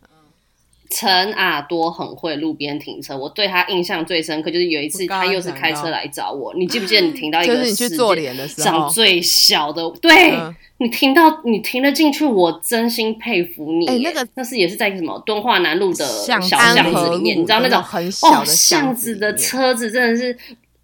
S4: 陈阿多很会路边停车，我对他印象最深刻就是有一次
S3: 我刚
S4: 他
S3: 刚
S4: 又是开车来找我，你记不记得你停到一
S2: 就
S4: 个
S2: 是你去
S4: 世界
S2: 做脸的时
S4: 长
S2: 候，
S4: 最小的，对、
S2: 嗯
S4: 你停到你停了进去，我真心佩服你
S2: 哎
S4: 耶。
S2: 那个
S4: 是也是在什么敦化南路的
S3: 巷
S4: 小
S3: 子
S2: 安
S4: 巷
S2: 和
S4: 子
S2: 路
S4: 里面，你知道那
S2: 种
S4: 种
S2: 很小
S4: 哦
S2: 的
S4: 巷
S2: 子
S4: 子
S2: 里
S4: 的
S2: 面，
S4: 车子真的是。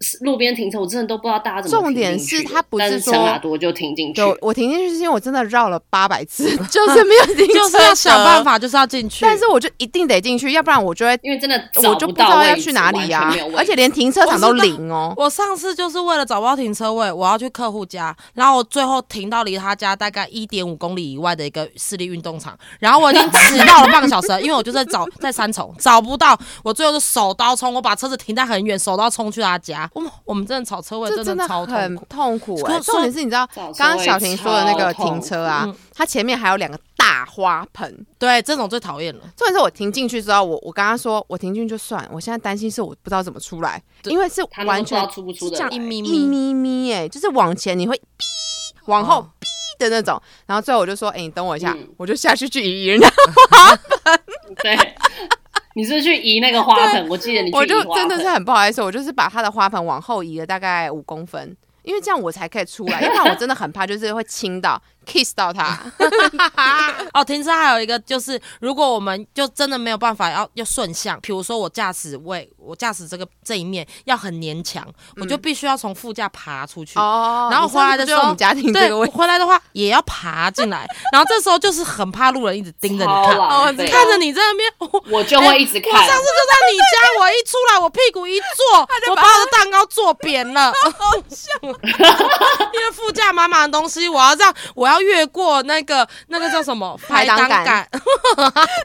S4: 是路边停车，我真的都不知道大家怎么
S2: 重
S4: 停
S2: 点
S4: 进去
S2: 是
S4: 的
S2: 它不
S4: 但
S2: 是
S4: 是
S2: 说
S4: 陈阿多就停进去
S2: 就我停进去是因为我真的绕了八百次，就是没有停，
S3: 就是要想办。法，就是要进去。
S2: 但是我就一定得进去，要不然我就会，
S4: 因为真的
S2: 我
S4: 找
S2: 就
S4: 不
S2: 知道
S4: 到
S2: 要
S4: 位置
S2: 去哪里呀、
S4: 完全没有位置
S2: 而且连停车场都零哦。
S3: 我上次就是为了找不到停车位，我要去客户家，然后我最后停到离他家大概一点五公里以外的一个私立运动场，然后我已经迟到了半个小时了，因为我就在找在三重找不到，我最后就手刀冲，我把车子停在很远，手刀冲去他家。我们我们真的找车位
S2: 这
S3: 的超痛
S2: 很
S3: 苦，
S2: 痛苦哎、
S3: 可是
S2: 重点是，你知道
S4: 找车位
S2: 刚刚小婷说的那个停车啊
S3: 超痛苦，
S2: 它前面还有两个大花盆。
S3: 对，这种最讨厌了。
S2: 重点是我停进去之后，我我刚刚说我停进去就算，我现在担心是我不知道怎么出来，
S3: 对
S2: 因为是
S4: 他们
S2: 完
S4: 都不知
S2: 全
S4: 道出不出
S2: 是
S4: 的
S2: 这样
S4: 来
S3: 一咪咪
S2: 一咪咪哎、就是往前你会哔，往后
S3: 哦
S2: 哔的那种。然后最后我就说，哎、你等我一下，
S4: 嗯
S2: 我就下去去移人家，
S4: 对，你是不是去移那个花盆，我记得你去
S2: 我
S4: 移
S2: 就
S4: 花
S2: 真
S4: 盆，
S2: 的是很不好意思，我就是把他的花盆往后移了大概五公分。因为这样我才可以出来，要不然我真的很怕，就是会亲到、kiss 到他。 啊
S3: 哦，停车还有一个就是，如果我们就真的没有办法要要顺向，比如说我驾驶位，我驾驶这个这一面要很粘强，我就必须要从副驾爬出去。
S2: 嗯哦
S3: 然后回来的时候，
S2: 我们家庭
S3: 对
S2: 这个问题，
S3: 回来的话也要爬进来，然后这时候就是很怕路人一直盯着你
S4: 超
S3: 看，
S4: 浪费
S3: 看着你在那边，我
S4: 我就会
S2: 哎
S4: 一直
S3: 我上
S4: 看。，
S3: 次就在你家，我一出来，我屁股一坐，我把我的蛋糕坐扁了，好像， 因为副驾满满的东西，我要让我要越过那个那个叫什么
S2: 排挡杆
S3: 杆，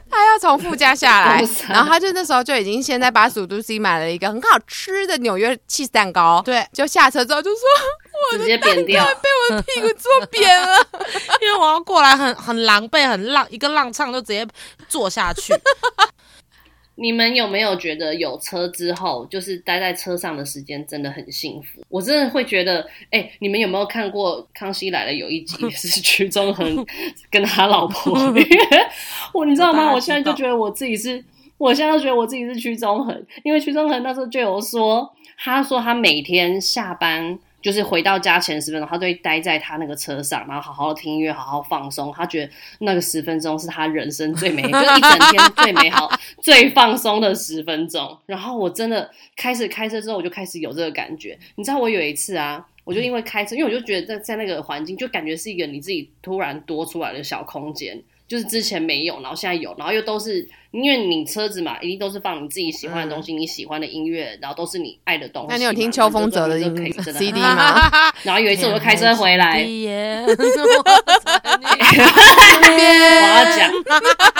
S2: 他要从副驾下来然后他就那时候就已经先在八十五度 C 买了一个很好吃的纽约 cheese 蛋糕，
S3: 对
S2: 就下车之后就说
S4: 直接扁 掉，
S2: 被我的屁股坐扁了，
S3: 因为我要过来很很狼狈，很浪一个浪唱就直接坐下 去，
S4: 你们有没有觉得有车之后，就是待在车上的时间真的很幸福？我真的会觉得，哎、你们有没有看过《康熙来了》有一集是屈中恒跟他老婆？因为我你知道
S3: 我大
S4: 吗？
S3: 概
S4: 我现在就
S3: 知
S4: 觉得我自己是，我现在就觉得我自己是屈中恒，因为屈中恒那时候就有说，他说他每天下班。就是回到家前十分钟，他就会待在他那个车上，然后好好听音乐，好好放松。他觉得那个十分钟是他人生最美，就是一整天最美好、 最放松的十分钟。然后我真的开始开车之后，我就开始有这个感觉。你知道我有一次啊，我就因为开车，因为我就觉得在在那个环境，就感觉是一个你自己突然多出来的小空间。就是之前没有，然后现在有，然后又都是因为你车子嘛，一定都是放你自己喜欢的东西，你喜欢的音乐，然后都是你爱的东西
S2: 嗯
S4: 嘛。
S2: 那你有听秋风泽的
S4: 然后就
S2: 音
S4: 可以真的
S2: CD 吗？啊
S4: 然后有一次我就开车回来，
S3: 闭眼 我在你
S4: 我要讲，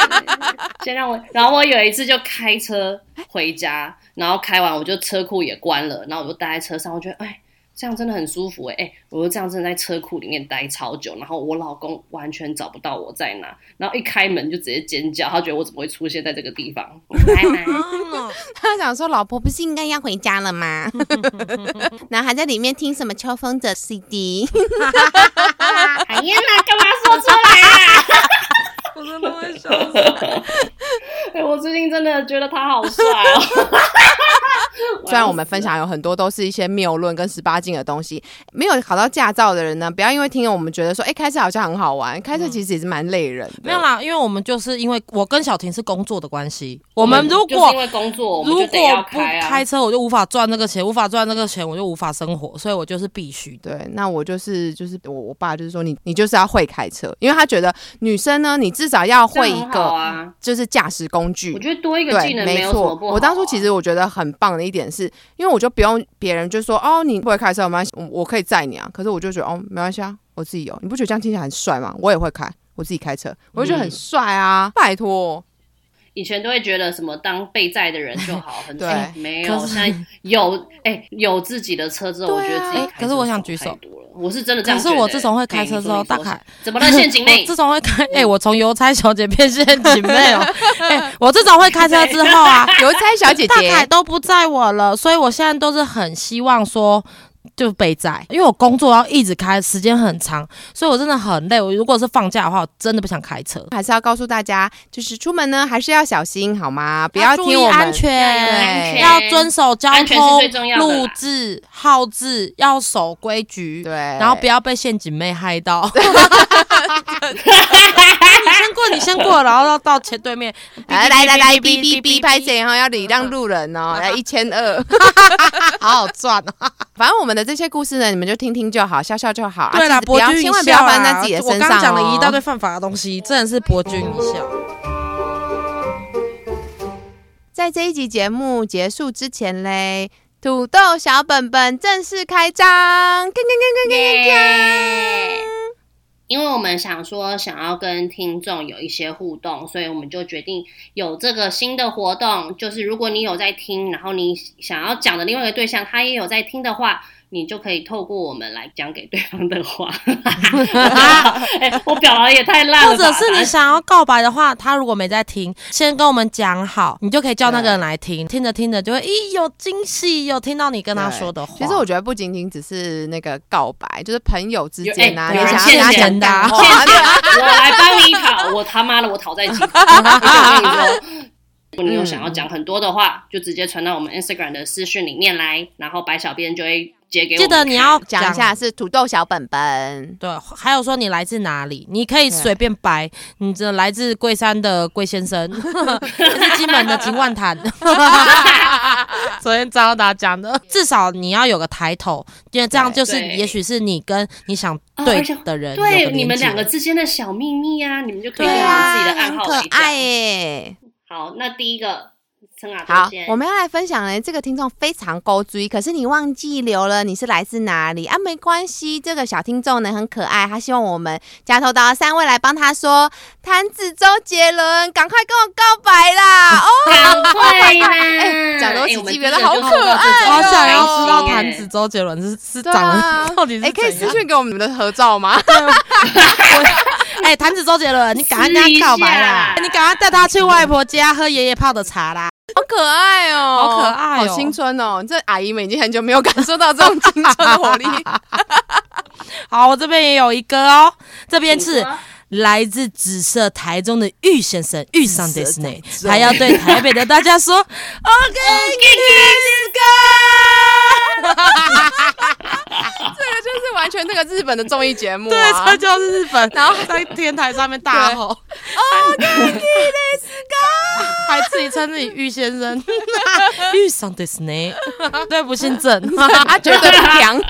S4: 先让我。然后我有一次就开车回家，然后开完我就车库也关了，然后我就待在车上，我觉得哎。这样真的很舒服哎、哎、我就这样真的在车库里面待超久，然后我老公完全找不到我在哪，然后一开门就直接尖叫，他觉得我怎么会出现在这个地方？拜拜。
S2: 他想说老婆不是应该要回家了 吗？然后还在里面听什么秋风的 CD，
S4: 哎 呀，干嘛说出来啊？
S3: 我真的会笑死。
S4: 对哎我最近真的觉得他好帅哦。
S2: 虽然我们分享有很多都是一些谬论跟十八禁的东西，没有考到驾照的人呢，不要因为听了我们觉得说，哎、开车好像很好玩，开车其实也是蛮累人
S4: 嗯
S2: 的。
S3: 没有啦，因为我们就是因为我跟小婷是工作的关系，我
S4: 我
S3: 们如
S4: 就是
S3: 果
S4: 因为工作，我们
S3: 如
S4: 就
S3: 果
S4: 得要
S3: 不
S4: 开啊。
S3: 开车，我就无法赚那个钱，无法赚那个钱，我就无法生活，所以我就是必须的。
S2: 对，那我就是就是我我爸就是说你你就是要会开车，因为他觉得女生呢，你至少要
S4: 这
S2: 会
S4: 很
S2: 一
S4: 好
S2: 个嗯
S4: 啊，
S2: 就是驾驶工具
S4: 我。觉得多一个
S2: 对，
S4: 技能没有什么
S2: 错。
S4: 不好啊、
S2: 我当初其实我觉得很棒的一点是，因为我就不用别人就说哦，你不会开车，没关系，我我可以载你啊。可是我就觉得哦，没关系啊，我自己有。你不觉得这样听起来很帅吗？我也会开，我自己开车，我就觉得很帅啊。拜托，
S4: 以前都会觉得什么当被载的人就 好，很
S2: 对
S4: 哎没有，
S3: 可是
S4: 现在有哎、有自己的车之后，
S2: 对啊
S4: 我觉得自己开车
S3: 哎可是我想举手
S4: 爽太多了，我是真的这
S3: 可
S4: 样
S3: 是
S4: 觉得。
S3: 我自从会开车之后，
S4: 哎
S3: 大
S4: 你说
S3: 凯
S4: 你说怎么了？陷阱
S3: 我
S4: 嗯妹
S3: 自从会开，哎、我从邮差小姐变陷阱妹 哦。哎、我自从会开车之后啊，
S2: 邮差小姐
S3: 大凯
S2: 姐，
S3: 都不载我了，所以我现在都是很希望说。就被载，因为我工作要一直开，时间很长，所以我真的很累。我如果是放假的话，我真的不想开车。
S4: 啊
S3: 啊
S2: 还是要告诉大家，就是出门呢还是要小心好吗？不
S3: 要注意
S2: 听我们
S3: 安全
S2: 对
S3: 要遵守交
S4: 安全是
S3: 通
S4: 最重要的啦
S3: 路制、号制，要守规矩。
S2: 对，
S3: 然后不要被陷阱妹 害到。你先过，你先过，然后到到前对面。
S2: 哎来来来来，哔哔哔，拍谁哈？要礼让路人哦，来一千二， 好好赚哦。反正我们的这些故事呢，你们就听听就好，笑笑就好。
S3: 对
S2: 啦，其
S3: 啦，
S2: 实啊不
S3: 博
S2: 要
S3: 君一
S2: 千万不
S3: 笑
S2: 要
S3: 啦
S2: 翻在自己的身
S3: 我
S2: 上
S3: 刚刚
S2: 哦
S3: 讲了一大堆犯法的东西，真的是博君一笑。
S2: 在这一集节目结束之前嘞，土豆小本本正式开张，跟跟跟跟跟
S4: 耶！因为我们想说想要跟听众有一些互动，所以我们就决定有这个新的活动。就是如果你有在听，然后你想要讲的另外一个对象他也有在听的话，你就可以透过我们来讲给对方的话。 哎、我表达得也太烂
S3: 或
S4: 了吧，
S3: 者是你想要告白的话，他如果没在 听，先跟我们讲好，你就可以叫那个人来听。听着听着就会，咦，有惊喜，有听到你跟他说的话。
S2: 其实我觉得不仅仅只是那个告白，就是朋友之间啊，
S4: 有
S2: 你
S4: 哎
S2: 想要跟他
S3: 有人
S2: 讲干
S3: 欠
S2: 话，
S4: 我来帮你讨，我他妈的我讨债集团。 我跟你说，如果你有想要讲很多的话，就直接传到我们 Instagram 的私讯里面来，然后白小编就会截给我
S3: 记
S4: 们看。
S3: 得你要
S2: 讲一下是土豆小本本。
S3: 对，还有说你来自哪里，你可以随便掰，你这来自龟山的龟先生， 来自金门的秦万潭， 昨天张达讲的，至少你要有个抬头，因为这样
S2: 对
S3: 就是
S4: 对
S3: 也许是你跟你想
S4: 哦
S3: 对
S4: 而且
S3: 的人有个
S4: 对
S3: 连
S4: 你们
S3: 接
S4: 两个之间的小秘密啊，你们就可以
S2: 对
S4: 用自己
S2: 啊，
S4: 的暗
S2: 很
S4: 号
S2: 可
S4: 去讲
S2: 爱耶。
S4: 好，那第一个陈阿
S2: 好
S4: 多先，，
S2: 我们要来分享嘞，这个听众非常勾追，可是你忘记留了你是来自哪里啊？没关系，这个小听众呢很可爱，他希望我们加头到三位来帮他说，谭子周杰伦，赶快跟我告白 啦！哦，
S4: 赶快啦
S2: 哎！讲得我起
S4: 哎我们
S2: 鸡皮疙瘩
S4: 第一个就
S2: 好可
S4: 做到这
S2: 爱哦
S3: 好
S4: 种
S3: 想要知道
S4: 开心耶
S3: 坛子周杰伦是是
S2: 对
S3: 长
S2: 啊
S3: 得 到底是
S2: 哎、可以
S3: 怎
S2: 私
S3: 样
S2: 讯给我们你们的合照吗？
S3: 哎，坛子周杰伦，你赶快跟他告白啦
S4: 试一下！
S3: 你赶快带他去外婆家喝爷爷泡的茶啦！
S2: 好可爱哦，
S3: 好可爱哦
S2: 好青春哦！这阿姨们已经很久没有感受到这种青春的 活力。
S3: 好，我这边也有一个哦，这边
S4: 请
S3: 是
S4: 说
S3: 来自紫色台中的玉先生，玉上
S2: 紫
S3: d
S2: 色
S3: s n
S2: 台中
S3: 还要对台北的大家说
S2: 这个
S3: ，OK，kiss go。
S2: 啊就是完全那个日本的综艺节目、啊，
S3: 对，这就是日本，然后在天台上面大吼，OK，kiss go，还自己称自己玉先生， 玉上 d s n 对不姓郑，
S2: 啊，绝对不良。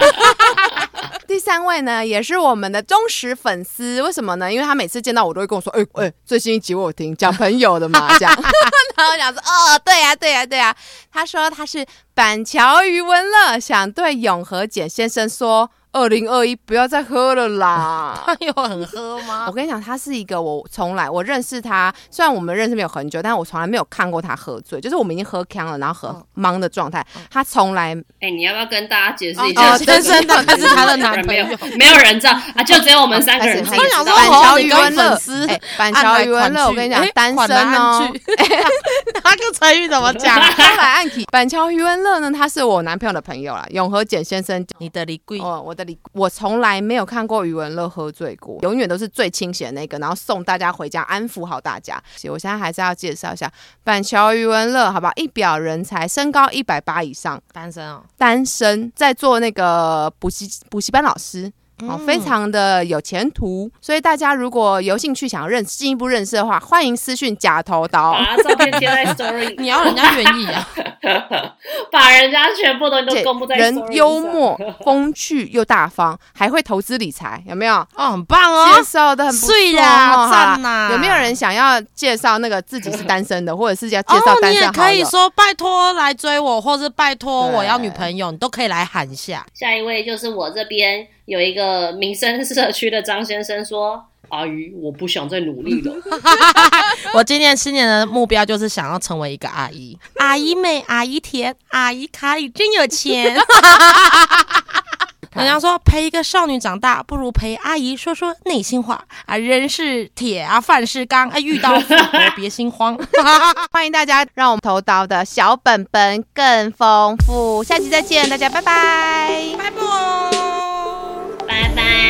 S2: 第三位呢，也是我们的忠实粉丝，为什么呢？因为他每次见到我都会跟我说：“哎、哎、最新一集我有听，讲朋友的嘛，这样。” 然后我想说：“哦，对呀、对呀、对呀、他说他是板桥余文乐，想对永和简先生说：“二零二一不要再喝了 啦。”
S3: 有很喝吗
S2: 我？跟你讲，他是一个我从来我认识他，虽然我们认识没有很久，但我从来没有看过他喝醉，就是我们已经喝呛了，然后喝懵的状态，他从来
S4: 哎，你要不要跟大家解释一
S3: 哦
S4: 下？
S3: 哦先生的他是他的男朋
S4: 没
S3: 友
S4: 有，没有人知道啊，就只有我们三个
S2: 开始
S4: 人
S2: 自
S4: 知
S2: 己
S4: 道。
S2: 知道。
S3: 我
S2: 板
S3: 想说好
S2: 桥
S3: 你
S2: 余
S3: 跟
S2: 文乐
S3: 粉丝，
S2: 哎，板桥余文乐，我跟你讲，
S3: 哎
S2: 单身哦。
S3: 他个成语怎么讲？
S2: 后来暗体，板桥余文乐呢，他是我男朋友的朋友啦，永和简先生，
S3: 你的李贵
S2: 哦，我的里，我从来没有看过余文乐喝醉过，永远都是最清醒的那个，然后送大家回家，安抚好大家。所以我现在还是要介绍一下板桥余文乐，好不好？一表人才，身高一百八以上，
S3: 单身哦，
S2: 单身，在做那个补习补习班老师。
S3: 嗯
S2: 哦，非常的有前途，所以大家如果有兴趣想要认识进一步认识的话，欢迎私讯假头刀。
S3: 啊
S4: 把照片贴在 story，
S3: 你要人家愿意啊，
S4: 把人家全部东西
S2: 且
S4: 都公布在 story
S2: 人
S4: 上
S2: 幽默、 风趣又大方，还会投资理财，有没有？
S3: 哦，很棒
S2: 介
S3: 哦，
S2: 绍的很不错
S3: 睡啦
S2: 哦好啦
S3: 赞啦
S2: 有没有人想要介绍那个自己是单身的，或者是要介绍
S3: 哦，
S2: 单
S3: 你也
S2: 身好
S3: 可以
S2: 友？
S3: 说拜托来追我，或是拜托
S2: 对
S3: 我要女朋友，你都可以来喊一下。
S4: 下一位就是我这边有一个民生社区的张先生说：“阿姨，我不想再努力了。
S3: 我今年新年的目标就是想要成为一个阿姨，阿姨美，阿姨甜，阿姨卡里真有钱。 人家说陪一个少女长大，不如陪阿姨说说内心话啊，人是铁啊，饭是钢啊，遇到富婆别心慌。
S2: 欢迎大家让我们投刀的小本本更丰富。下期再见，大家拜拜。
S3: 拜拜。”
S4: 拜拜。